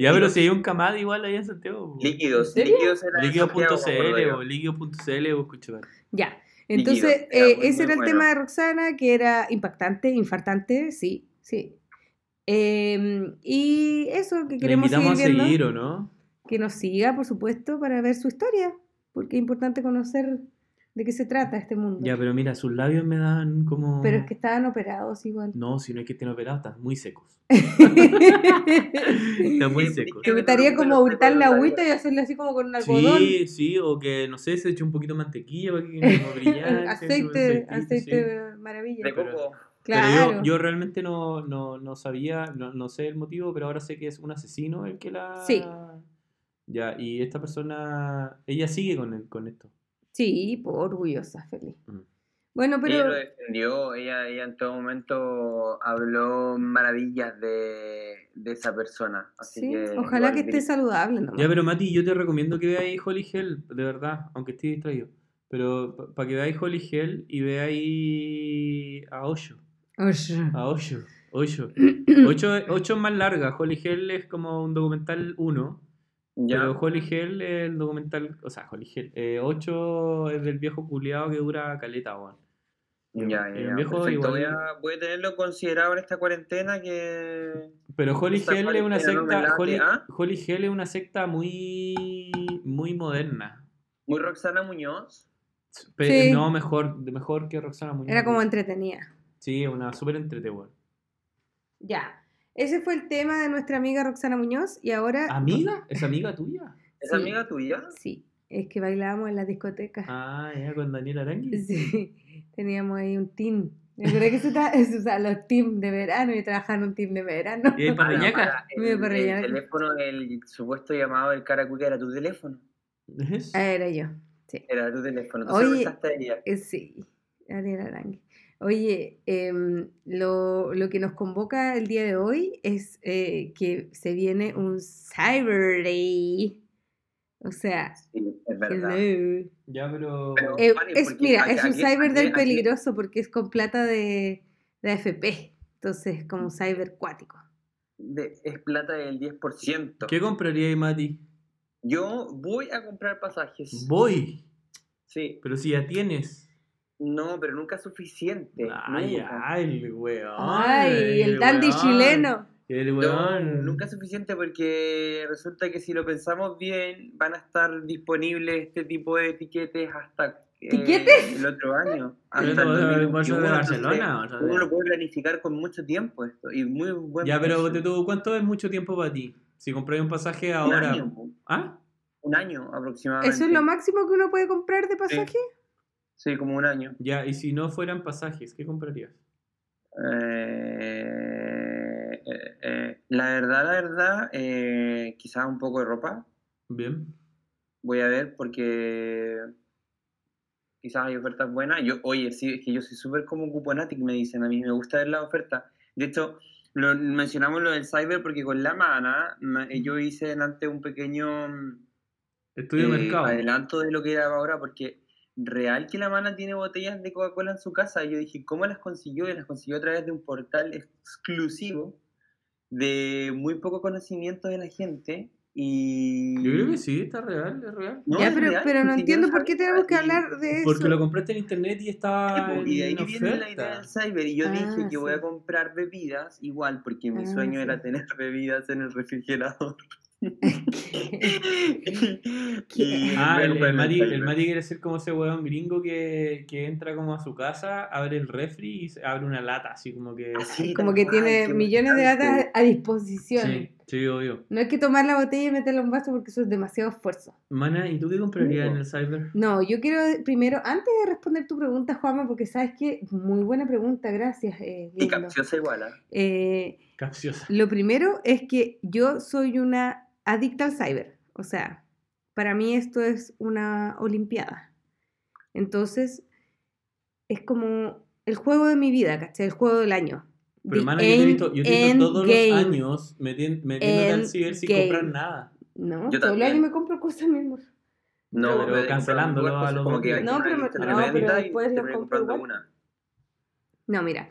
[SPEAKER 3] Ya,
[SPEAKER 2] Líquidos.
[SPEAKER 3] pero si hay un camada igual allá en Santiago. po.
[SPEAKER 2] Líquidos,
[SPEAKER 4] ¿En serio?
[SPEAKER 2] líquidos era de Santiago, me
[SPEAKER 3] Líquido.cl
[SPEAKER 2] acuerdo
[SPEAKER 3] o líquido.cl o escucha.
[SPEAKER 4] Ya.
[SPEAKER 2] Líquido,
[SPEAKER 4] Entonces,
[SPEAKER 2] era
[SPEAKER 4] eh,
[SPEAKER 2] muy,
[SPEAKER 4] ese
[SPEAKER 2] muy
[SPEAKER 4] era el
[SPEAKER 2] bueno.
[SPEAKER 4] tema de Roxana, que era impactante, infartante, sí, sí. Eh, y eso, que
[SPEAKER 3] Le
[SPEAKER 4] queremos seguir
[SPEAKER 3] invitamos a
[SPEAKER 4] viendo,
[SPEAKER 3] seguir, ¿o no?
[SPEAKER 4] que nos siga, por supuesto, para ver su historia, porque es importante conocer de qué se trata este mundo.
[SPEAKER 3] Ya, pero mira, sus labios me dan como.
[SPEAKER 4] Pero es que estaban operados igual.
[SPEAKER 3] No, si no es que estén operados, están muy secos.
[SPEAKER 4] que
[SPEAKER 3] Están muy
[SPEAKER 2] Sí, pues,
[SPEAKER 3] secos.
[SPEAKER 2] porque-
[SPEAKER 4] me gustaría como hurtar la agüita y
[SPEAKER 2] Sí.
[SPEAKER 4] hacerle así como con un algodón.
[SPEAKER 3] Sí, sí, o que no sé, se eche un poquito de mantequilla para que quede como brillante.
[SPEAKER 4] aceite,
[SPEAKER 3] como aceitito, pues, sí.
[SPEAKER 4] aceite, maravilla.
[SPEAKER 2] De
[SPEAKER 3] Pero-
[SPEAKER 2] coco.
[SPEAKER 3] Pero yo-
[SPEAKER 4] Claro.
[SPEAKER 3] yo, realmente no, no, no sabía, no, no sé el motivo, pero ahora sé que es un asesino el que la.
[SPEAKER 4] Sí.
[SPEAKER 3] Ya, y esta persona, ella sigue con, el- con esto.
[SPEAKER 4] Sí, pues, orgullosa, feliz.
[SPEAKER 3] Mm.
[SPEAKER 4] Bueno,
[SPEAKER 2] Ella
[SPEAKER 4] pero
[SPEAKER 2] lo defendió, ella, ella en todo momento habló maravillas de, de esa persona. Así
[SPEAKER 4] sí,
[SPEAKER 2] que,
[SPEAKER 4] ojalá
[SPEAKER 2] igual
[SPEAKER 4] que esté
[SPEAKER 2] diría-
[SPEAKER 4] saludable nomás.
[SPEAKER 3] Ya, pero Mati, yo te recomiendo que veáis Holy Hell, de verdad, aunque esté distraído. Pero para que veáis Holy Hell y veáis a Osho.
[SPEAKER 4] Oye.
[SPEAKER 3] A Osho. Osho. Ocho, ocho es más larga. Holy Hell es como un documental 1.
[SPEAKER 2] Ya.
[SPEAKER 3] Pero Holy Hell es el documental. O sea, Holy Hell. eh, ocho es del viejo culiado que dura caleta, weón.
[SPEAKER 2] Ya,
[SPEAKER 3] El
[SPEAKER 2] ya, ya.
[SPEAKER 3] viejo
[SPEAKER 2] Perfecto,
[SPEAKER 3] igual-
[SPEAKER 2] voy, a, voy a tenerlo considerado en esta cuarentena que...
[SPEAKER 3] Pero Holy
[SPEAKER 2] Esa
[SPEAKER 3] Hell es una
[SPEAKER 2] cuarentena no me
[SPEAKER 3] secta.
[SPEAKER 2] late,
[SPEAKER 3] Holy,
[SPEAKER 2] ¿ah?
[SPEAKER 3] Holy Hell es una secta muy. muy moderna.
[SPEAKER 2] Muy Roxana Muñoz.
[SPEAKER 3] Pe-
[SPEAKER 4] Sí.
[SPEAKER 3] No, mejor, mejor que Roxana Muñoz.
[SPEAKER 4] Era como entretenida.
[SPEAKER 3] Sí, una súper entrete, weón.
[SPEAKER 4] Ya. Ese fue el tema de nuestra amiga Roxana Muñoz y ahora
[SPEAKER 3] ¿Amiga? ¿Es amiga tuya?
[SPEAKER 2] ¿Es
[SPEAKER 4] Sí.
[SPEAKER 2] amiga tuya?
[SPEAKER 4] sí, es que bailábamos en las discotecas.
[SPEAKER 3] Ah, ya con Daniel Arangui.
[SPEAKER 4] Sí, teníamos ahí un team. Me acuerdo que se, tra- se usaban los teams de verano y trabajaban en un team de verano.
[SPEAKER 3] Y ahí para Reñaca.
[SPEAKER 2] El,
[SPEAKER 4] Mira, para
[SPEAKER 2] el
[SPEAKER 4] allá.
[SPEAKER 2] teléfono, el supuesto llamado del caracuca era tu teléfono.
[SPEAKER 4] Ah, Era yo.
[SPEAKER 2] Era tu teléfono. Tú
[SPEAKER 4] Oye.
[SPEAKER 2] se lo prestaste a ella.
[SPEAKER 4] Eh, Sí, Ariel Arangui. Oye, em, lo, lo que nos convoca el día de hoy es eh, que se viene un Cyber Day. O sea,
[SPEAKER 2] Sí, es verdad.
[SPEAKER 4] hello.
[SPEAKER 3] Ya, pero.
[SPEAKER 2] Pero-
[SPEAKER 4] Eh,
[SPEAKER 2] Vale,
[SPEAKER 4] es,
[SPEAKER 2] porque
[SPEAKER 4] mira,
[SPEAKER 2] aquí-
[SPEAKER 4] es un
[SPEAKER 2] aquí-
[SPEAKER 4] Cyber Day
[SPEAKER 2] aquí-
[SPEAKER 4] peligroso porque es con plata de, de AFP. Entonces, como un Cyber cuático.
[SPEAKER 2] De- es plata del 10%.
[SPEAKER 3] ¿Qué compraría ahí, Mati?
[SPEAKER 2] Yo voy a comprar pasajes.
[SPEAKER 3] Voy.
[SPEAKER 2] Sí.
[SPEAKER 3] Pero si ya tienes.
[SPEAKER 2] No, pero nunca es suficiente.
[SPEAKER 3] Ay,
[SPEAKER 2] nunca.
[SPEAKER 3] ay, el weón.
[SPEAKER 4] ¡Ay! El dandy
[SPEAKER 3] weón.
[SPEAKER 4] chileno.
[SPEAKER 3] El
[SPEAKER 2] No,
[SPEAKER 3] weón.
[SPEAKER 2] nunca es suficiente porque resulta que si lo pensamos bien, van a estar disponibles este tipo de tiquetes hasta eh,
[SPEAKER 4] ¿Tiquetes?
[SPEAKER 2] el otro año.
[SPEAKER 3] Pero
[SPEAKER 2] Hasta el
[SPEAKER 3] vos-
[SPEAKER 2] 2021,
[SPEAKER 3] vos sos de
[SPEAKER 2] entonces,
[SPEAKER 3] Barcelona, o sea,
[SPEAKER 2] Uno
[SPEAKER 3] de-
[SPEAKER 2] lo puede planificar con mucho tiempo esto y muy buen
[SPEAKER 3] Ya, pero
[SPEAKER 2] precio.
[SPEAKER 3] te tuvo, ¿cuánto es mucho tiempo para ti? Si compráis un pasaje
[SPEAKER 2] un
[SPEAKER 3] ahora.
[SPEAKER 2] año, po.
[SPEAKER 3] ¿Ah?
[SPEAKER 2] un año aproximadamente.
[SPEAKER 4] ¿Eso es lo máximo que uno puede comprar de pasaje?
[SPEAKER 2] Sí, como un año.
[SPEAKER 3] Ya, y si no fueran pasajes, ¿qué comprarías?
[SPEAKER 2] Eh, eh, eh, la verdad, la verdad, eh, quizás un poco de ropa.
[SPEAKER 3] Bien.
[SPEAKER 2] Voy a ver porque quizás hay ofertas buenas. Yo, oye, sí, es que yo soy súper como cuponatic, me dicen a mí, me gusta ver las ofertas. De hecho, lo, mencionamos lo del cyber porque con la mana ma- yo hice delante un pequeño mm,
[SPEAKER 3] Estudio de
[SPEAKER 2] eh,
[SPEAKER 3] mercado.
[SPEAKER 2] adelanto de lo que era ahora porque real que la mana tiene botellas de Coca-Cola en su casa. Y yo dije, ¿cómo las consiguió? Y las consiguió a través de un portal exclusivo de muy poco conocimiento de la gente. Y...
[SPEAKER 3] Yo creo que sí, está real, es real.
[SPEAKER 2] No,
[SPEAKER 4] ya,
[SPEAKER 2] es
[SPEAKER 4] pero,
[SPEAKER 2] real,
[SPEAKER 4] pero no
[SPEAKER 2] ni siquiera
[SPEAKER 4] entiendo por qué
[SPEAKER 2] sabía,
[SPEAKER 4] tenemos que
[SPEAKER 2] y-
[SPEAKER 4] hablar de eso.
[SPEAKER 3] Porque lo compraste en internet y está
[SPEAKER 2] Tipo, Y de ahí
[SPEAKER 3] en
[SPEAKER 2] viene la idea
[SPEAKER 3] oferta.
[SPEAKER 2] del cyber. Y yo
[SPEAKER 4] Ah,
[SPEAKER 2] dije que voy
[SPEAKER 4] sí.
[SPEAKER 2] a comprar bebidas igual, porque mi
[SPEAKER 4] Ah,
[SPEAKER 2] sueño
[SPEAKER 4] sí.
[SPEAKER 2] era tener bebidas en el refrigerador.
[SPEAKER 4] ¿Qué?
[SPEAKER 2] Y
[SPEAKER 3] Ah,
[SPEAKER 2] luego
[SPEAKER 3] el, el
[SPEAKER 2] para
[SPEAKER 3] Mati, el
[SPEAKER 2] cyber.
[SPEAKER 3] Mati quiere ser como ese weón gringo que, que entra como a su casa, abre el refri y se- abre una lata, así como que...
[SPEAKER 2] Así,
[SPEAKER 4] Como
[SPEAKER 2] tal
[SPEAKER 4] que
[SPEAKER 2] cual,
[SPEAKER 4] tiene
[SPEAKER 2] qué
[SPEAKER 4] millones de
[SPEAKER 2] bastante.
[SPEAKER 4] latas a disposición.
[SPEAKER 3] Sí, sí, obvio.
[SPEAKER 4] No hay que tomar la botella y meterla en un vaso porque eso es demasiado esfuerzo.
[SPEAKER 3] Mana, ¿y tú qué comprarías en el cyber?
[SPEAKER 4] No, yo quiero primero, antes de responder tu pregunta, Juanma, porque sabes que muy buena pregunta, gracias. eh,
[SPEAKER 2] Y
[SPEAKER 4] lindo.
[SPEAKER 2] capciosa igual, ¿ah?
[SPEAKER 4] Eh,
[SPEAKER 3] Capciosa.
[SPEAKER 4] lo primero es que yo soy una adicta al cyber. O sea, para mí esto es una olimpiada. Entonces, es como el juego de mi vida, ¿cachai? El juego del año.
[SPEAKER 3] Pero
[SPEAKER 4] The
[SPEAKER 3] mana, yo te he
[SPEAKER 4] end-
[SPEAKER 3] visto, yo te he visto todos
[SPEAKER 4] endgame.
[SPEAKER 3] los años metien- metiéndote al cyber sin
[SPEAKER 4] Endgame.
[SPEAKER 3] comprar nada.
[SPEAKER 4] No,
[SPEAKER 2] Yo
[SPEAKER 4] todo el año
[SPEAKER 2] también.
[SPEAKER 4] me compro cosas, mi amor.
[SPEAKER 3] No, pero
[SPEAKER 2] pero
[SPEAKER 3] cancelándolo
[SPEAKER 2] comprando
[SPEAKER 3] a
[SPEAKER 2] cosas
[SPEAKER 3] los
[SPEAKER 2] como que
[SPEAKER 3] dos
[SPEAKER 2] hay
[SPEAKER 4] días. No,
[SPEAKER 2] una
[SPEAKER 4] pero me-
[SPEAKER 2] lista
[SPEAKER 4] no, pero
[SPEAKER 2] tremenda y
[SPEAKER 4] después
[SPEAKER 2] te
[SPEAKER 4] lo
[SPEAKER 2] voy
[SPEAKER 4] compro
[SPEAKER 2] comprando
[SPEAKER 4] igual.
[SPEAKER 2] una.
[SPEAKER 4] No, mira.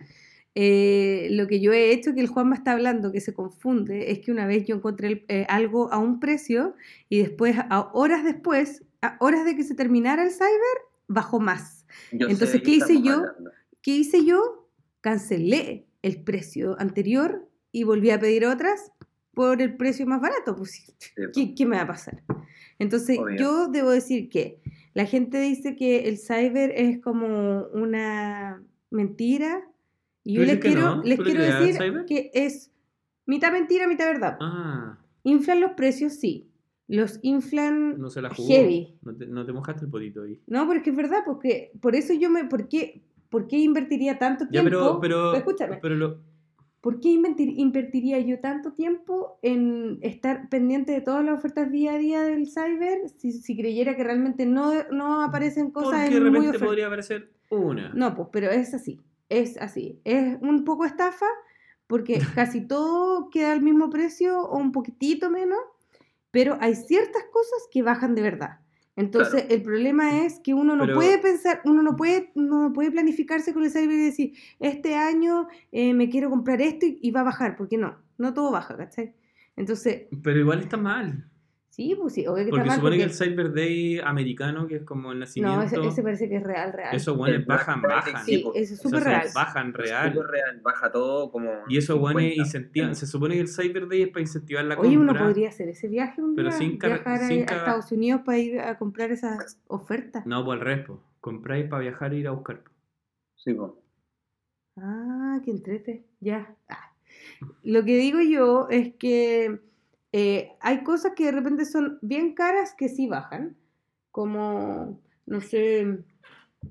[SPEAKER 4] eh, lo que yo he hecho, que el Juanma está hablando, que se confunde, es que una vez yo encontré el- eh, algo a un precio y después, a horas después, a horas de que se terminara el cyber, bajó más.
[SPEAKER 2] Yo sé
[SPEAKER 4] Entonces,
[SPEAKER 2] de
[SPEAKER 4] ¿qué hice
[SPEAKER 2] estamos
[SPEAKER 4] yo?
[SPEAKER 2] hablando.
[SPEAKER 4] ¿Qué hice yo? Cancelé el precio anterior y volví a pedir otras por el precio más barato. Pues, sí.
[SPEAKER 2] Sí,
[SPEAKER 4] ¿qué, qué me va a pasar? Entonces,
[SPEAKER 2] Obvio.
[SPEAKER 4] yo debo decir que la gente dice que el cyber es como una mentira. Y
[SPEAKER 3] ¿Tú
[SPEAKER 4] yo les
[SPEAKER 3] dices que
[SPEAKER 4] quiero,
[SPEAKER 3] no?
[SPEAKER 4] les
[SPEAKER 3] ¿Tú le
[SPEAKER 4] quiero
[SPEAKER 3] crees al
[SPEAKER 4] decir
[SPEAKER 3] cyber?
[SPEAKER 4] que es mitad mentira, mitad verdad.
[SPEAKER 3] Ah,
[SPEAKER 4] Inflan los precios, sí. Los inflan.
[SPEAKER 3] no se la jugó.
[SPEAKER 4] Heavy.
[SPEAKER 3] No te, no te mojaste el potito ahí.
[SPEAKER 4] No, pero es que es verdad, porque por eso yo me. ¿Por qué, por qué invertiría tanto
[SPEAKER 3] Ya,
[SPEAKER 4] tiempo?
[SPEAKER 3] pero, pero,
[SPEAKER 4] escúchame.
[SPEAKER 3] pero lo,
[SPEAKER 4] ¿Por qué invertir- invertiría yo tanto tiempo en estar pendiente de todas las ofertas día a día del cyber si, si creyera que realmente no, no aparecen cosas
[SPEAKER 3] porque de
[SPEAKER 4] en muy
[SPEAKER 3] repente
[SPEAKER 4] ofer-
[SPEAKER 3] podría aparecer una.
[SPEAKER 4] No, pues, pero es así, es así. Es un poco estafa porque casi todo queda al mismo precio o un poquitito menos, pero hay ciertas cosas que bajan de verdad. Entonces, el problema es que uno no
[SPEAKER 3] Mm. Pero- mm.
[SPEAKER 4] puede pensar, uno no puede, no puede planificarse con el cyber y decir, este año eh, me quiero comprar esto y, y va a bajar, porque no, no todo baja, ¿cachai? Entonces,
[SPEAKER 3] Pero igual está mal.
[SPEAKER 4] sí, pues sí, obvio que
[SPEAKER 3] Porque
[SPEAKER 4] está mal.
[SPEAKER 3] supone que el
[SPEAKER 4] porque-
[SPEAKER 3] Cyber Day americano, que es como el
[SPEAKER 4] No,
[SPEAKER 3] nacimiento,
[SPEAKER 4] ese, ese parece que es real, real.
[SPEAKER 3] esos guanes
[SPEAKER 2] El
[SPEAKER 3] bajan,
[SPEAKER 2] Black Friday,
[SPEAKER 3] bajan.
[SPEAKER 2] sí,
[SPEAKER 4] sí,
[SPEAKER 2] pues,
[SPEAKER 4] eso es
[SPEAKER 3] O sea,
[SPEAKER 4] súper
[SPEAKER 3] se
[SPEAKER 4] real.
[SPEAKER 3] Bajan
[SPEAKER 2] real.
[SPEAKER 3] real.
[SPEAKER 2] real. Baja todo como.
[SPEAKER 3] Y esos guanes
[SPEAKER 2] 50.
[SPEAKER 3] incentivan. Se supone que el Cyber Day es para incentivar la
[SPEAKER 4] Oye, uno
[SPEAKER 3] compra.
[SPEAKER 4] podría hacer ese viaje un
[SPEAKER 3] pero
[SPEAKER 4] día,
[SPEAKER 3] sin carga-
[SPEAKER 4] viajar a,
[SPEAKER 3] sin
[SPEAKER 4] a
[SPEAKER 3] carga-
[SPEAKER 4] Estados Unidos para ir a comprar esas ofertas.
[SPEAKER 3] No, pues por el resto. Compráis para viajar e ir a buscar. po.
[SPEAKER 2] Sí, pues. po.
[SPEAKER 3] Mm.
[SPEAKER 4] Ah, que entrete, ya. Ah. Lo que digo yo es que eh, hay cosas que de repente son bien caras que sí bajan, como, no sé,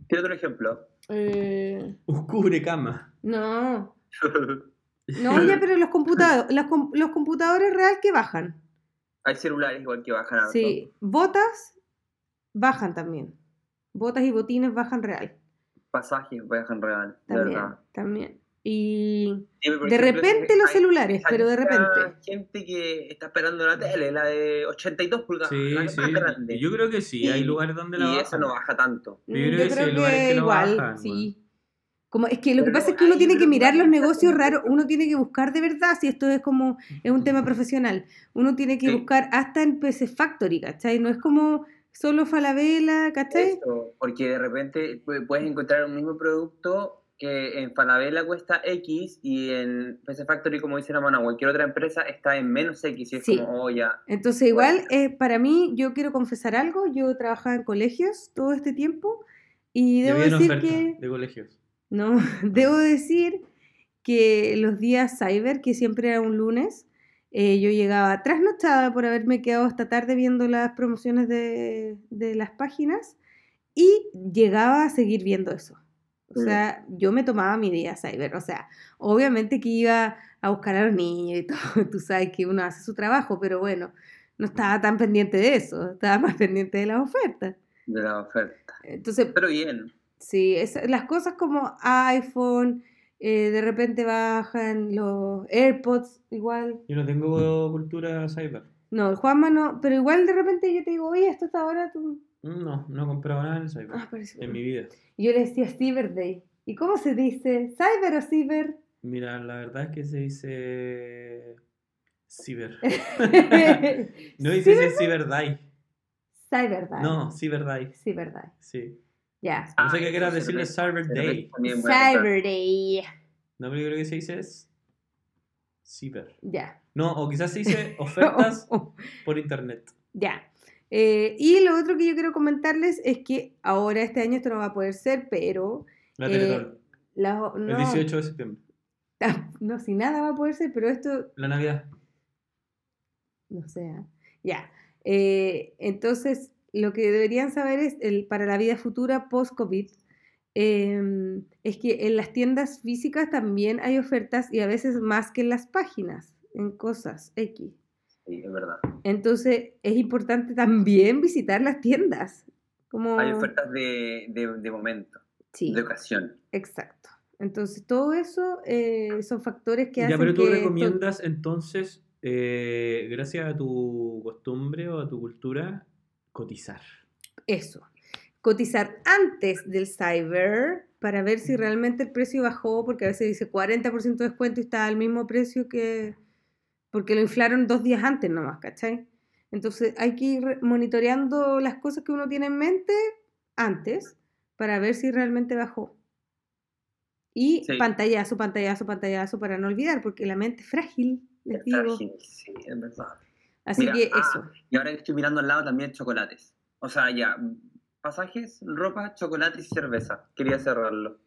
[SPEAKER 2] Tiene otro ejemplo.
[SPEAKER 4] eh,
[SPEAKER 3] Un cubre cama.
[SPEAKER 4] no, no, ya, pero los computadores, las com- los computadores real que bajan.
[SPEAKER 2] Hay celulares igual que bajan harto.
[SPEAKER 4] Sí, botas bajan también. Botas y botines bajan real.
[SPEAKER 2] Pasajes bajan real, de
[SPEAKER 4] También,
[SPEAKER 2] verdad.
[SPEAKER 4] también. Y
[SPEAKER 2] Sí, por
[SPEAKER 4] de
[SPEAKER 2] ejemplo,
[SPEAKER 4] repente los
[SPEAKER 2] hay-
[SPEAKER 4] celulares,
[SPEAKER 2] hay
[SPEAKER 4] pero de repente.
[SPEAKER 2] gente que está esperando la tele, la de 82 pulgadas, la
[SPEAKER 3] Sí,
[SPEAKER 2] que
[SPEAKER 3] sí.
[SPEAKER 2] más grande.
[SPEAKER 3] Yo creo que sí.
[SPEAKER 2] Y-
[SPEAKER 3] hay lugares donde la
[SPEAKER 2] y eso
[SPEAKER 3] bajan.
[SPEAKER 2] no baja tanto.
[SPEAKER 4] mm,
[SPEAKER 3] Yo creo que sí, hay lugares que lo bajan,
[SPEAKER 4] sí. Como, es que lo que
[SPEAKER 2] Pero
[SPEAKER 4] pasa es que uno
[SPEAKER 2] ahí
[SPEAKER 4] tiene
[SPEAKER 2] yo
[SPEAKER 4] que
[SPEAKER 2] creo que
[SPEAKER 4] mirar
[SPEAKER 2] hay
[SPEAKER 4] los
[SPEAKER 2] un
[SPEAKER 4] negocios
[SPEAKER 2] tema.
[SPEAKER 4] raros, uno tiene que buscar de verdad, si esto es como, es un tema profesional, uno tiene que
[SPEAKER 2] Sí.
[SPEAKER 4] buscar hasta en PC Factory, ¿cachai? No es como solo Falabella, ¿cachai?
[SPEAKER 2] Eso, porque de repente pu- puedes encontrar un mismo producto que en Falabella cuesta X y en PC Factory, como dice la mano, cualquier otra empresa está en menos X y es
[SPEAKER 4] Sí.
[SPEAKER 2] como, oh, ya.
[SPEAKER 4] Entonces, igual, eh, para mí, yo quiero confesar algo, yo trabajaba en colegios todo este tiempo y
[SPEAKER 3] Y
[SPEAKER 4] debo
[SPEAKER 3] habían
[SPEAKER 4] decir
[SPEAKER 3] ofertas
[SPEAKER 4] que...
[SPEAKER 3] de colegios.
[SPEAKER 4] No, debo decir que los días cyber, que siempre era un lunes, eh, yo llegaba trasnochada por haberme quedado hasta tarde viendo las promociones de, de las páginas y llegaba a seguir viendo eso. O
[SPEAKER 2] Mm.
[SPEAKER 4] sea, yo me tomaba mi día cyber. O sea, obviamente que iba a buscar a los niños y todo. Tú sabes que uno hace su trabajo, pero bueno, no estaba tan pendiente de eso. Estaba más pendiente de las ofertas.
[SPEAKER 2] De la oferta.
[SPEAKER 4] Entonces,
[SPEAKER 2] Pero bien,
[SPEAKER 4] Sí, esa- las cosas como iPhone, eh, de repente bajan los AirPods, igual.
[SPEAKER 3] Yo no tengo cultura Cyber.
[SPEAKER 4] No, el Juanma no, pero igual de repente yo te digo, oye, esto está barato.
[SPEAKER 3] Mm, No, no he comprado nada en el Cyber.
[SPEAKER 4] Ah, parece
[SPEAKER 3] En
[SPEAKER 4] bueno.
[SPEAKER 3] mi vida.
[SPEAKER 4] Y Yo le decía Cyber Day. ¿Y cómo se dice? ¿Cyber o Cyber?
[SPEAKER 3] Mira, la verdad es que se dice. Ciber. No dice
[SPEAKER 4] Cyber-
[SPEAKER 3] Cyber Day.
[SPEAKER 4] Cyber Day.
[SPEAKER 3] No, Cyber Day.
[SPEAKER 4] Cyber Day.
[SPEAKER 3] Sí.
[SPEAKER 4] Ya.
[SPEAKER 2] Ah,
[SPEAKER 3] No sé qué quieras
[SPEAKER 2] eso se
[SPEAKER 3] decirle
[SPEAKER 2] ve-
[SPEAKER 3] Cyber Day.
[SPEAKER 2] también voy a comprar.
[SPEAKER 4] Cyber Day.
[SPEAKER 3] No, pero yo creo que se dice es ciber.
[SPEAKER 4] Ya.
[SPEAKER 3] No, o quizás se dice ofertas por internet.
[SPEAKER 4] Ya. Eh, y lo otro que yo quiero comentarles es que ahora este año esto no va a poder ser, pero
[SPEAKER 3] La
[SPEAKER 4] Eh,
[SPEAKER 3] Teletón.
[SPEAKER 4] las o-
[SPEAKER 3] El
[SPEAKER 4] no.
[SPEAKER 3] 18 de septiembre.
[SPEAKER 4] No, si nada va a poder ser, pero esto,
[SPEAKER 3] La Navidad.
[SPEAKER 4] no sé. ah. Ya. Eh, entonces, lo que deberían saber es, el, para la vida futura post-COVID, eh, es que en las tiendas físicas también hay ofertas y a veces más que en las páginas, en cosas X.
[SPEAKER 2] Sí, es verdad.
[SPEAKER 4] Entonces, es importante también visitar las tiendas. Como...
[SPEAKER 2] Hay ofertas de, de, de momento,
[SPEAKER 4] Oh. Sí,
[SPEAKER 2] de ocasión.
[SPEAKER 4] exacto. Entonces, todo eso eh, son factores que
[SPEAKER 3] Ya,
[SPEAKER 4] hacen
[SPEAKER 3] pero tú
[SPEAKER 4] que esto-
[SPEAKER 3] recomiendas entonces, eh, gracias a tu costumbre o a tu cultura, cotizar.
[SPEAKER 4] Eso. Cotizar antes del cyber para ver si realmente el precio bajó, porque a veces dice 40% de descuento y está al mismo precio que... porque lo inflaron dos días antes nomás, ¿cachai? Entonces hay que ir monitoreando las cosas que uno tiene en mente antes para ver si realmente bajó. Y
[SPEAKER 2] Sí.
[SPEAKER 4] pantallazo, pantallazo, pantallazo para no olvidar, porque la mente es frágil, les
[SPEAKER 2] Está
[SPEAKER 4] digo.
[SPEAKER 2] bien, sí, es verdad.
[SPEAKER 4] Así
[SPEAKER 2] Mira,
[SPEAKER 4] que
[SPEAKER 2] ah,
[SPEAKER 4] eso.
[SPEAKER 2] Y ahora que estoy mirando al lado también chocolates. O sea, ya, pasajes, ropa, chocolates y cerveza. Quería cerrarlo.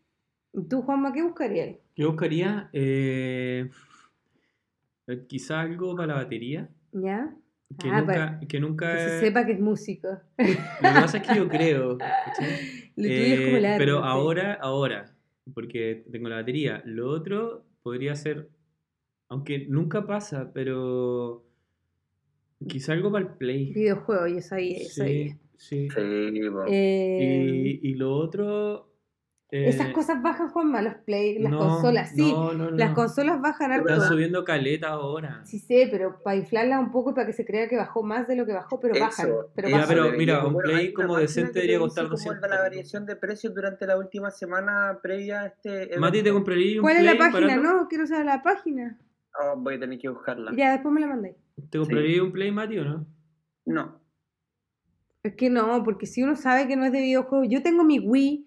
[SPEAKER 4] ¿Tú, Juanma, qué buscarías?
[SPEAKER 3] Yo buscaría eh, eh, quizá algo para la batería.
[SPEAKER 4] ¿Ya?
[SPEAKER 3] Que
[SPEAKER 4] Ah,
[SPEAKER 3] nunca,
[SPEAKER 4] para-
[SPEAKER 3] que nunca.
[SPEAKER 4] Que
[SPEAKER 2] Eh.
[SPEAKER 4] se sepa que es músico.
[SPEAKER 3] Lo que pasa es que yo creo. ¿cachai?
[SPEAKER 4] Lo tuyo es como
[SPEAKER 3] Eh,
[SPEAKER 4] el arte,
[SPEAKER 3] pero
[SPEAKER 4] sí.
[SPEAKER 3] ahora, ahora, porque tengo la batería. Lo otro podría ser, aunque nunca pasa, pero quizá algo para el play.
[SPEAKER 4] Videojuego, yo sabía, yo sabía.
[SPEAKER 3] Sí, sí.
[SPEAKER 2] Sí, po.
[SPEAKER 4] Eh,
[SPEAKER 3] Y, y lo otro. eh,
[SPEAKER 4] esas cosas bajan, Juanma, los play, las
[SPEAKER 3] no,
[SPEAKER 4] consolas, sí.
[SPEAKER 3] no, no, no,
[SPEAKER 4] Las
[SPEAKER 3] no.
[SPEAKER 4] consolas bajan
[SPEAKER 3] Están
[SPEAKER 4] harto.
[SPEAKER 3] subiendo caleta ahora.
[SPEAKER 4] Sí sé, pero para inflarla un poco para que se crea que bajó más de lo que bajó, pero
[SPEAKER 2] Eso,
[SPEAKER 4] bajan. Pero
[SPEAKER 2] eso
[SPEAKER 3] Ya, pero
[SPEAKER 2] debería-
[SPEAKER 3] mira, un
[SPEAKER 2] bueno,
[SPEAKER 3] Play
[SPEAKER 2] hay una
[SPEAKER 3] como
[SPEAKER 2] página
[SPEAKER 3] decente
[SPEAKER 2] que
[SPEAKER 3] debería
[SPEAKER 2] te
[SPEAKER 3] costar
[SPEAKER 2] dice cómo
[SPEAKER 3] 200
[SPEAKER 2] es la
[SPEAKER 3] lucas.
[SPEAKER 2] variación de precios durante la última semana previa a este evento.
[SPEAKER 3] Mati, ¿te compraría un
[SPEAKER 4] ¿Cuál es la
[SPEAKER 3] Play
[SPEAKER 4] página?
[SPEAKER 3] barato?
[SPEAKER 4] No, quiero saber la página.
[SPEAKER 2] Oh, voy a tener que buscarla.
[SPEAKER 4] Ya, después me la mandáis.
[SPEAKER 3] ¿Te compraría un Play, Mati, o no?
[SPEAKER 2] No.
[SPEAKER 4] Es que no, porque si uno sabe que no es de videojuegos, yo tengo mi Wii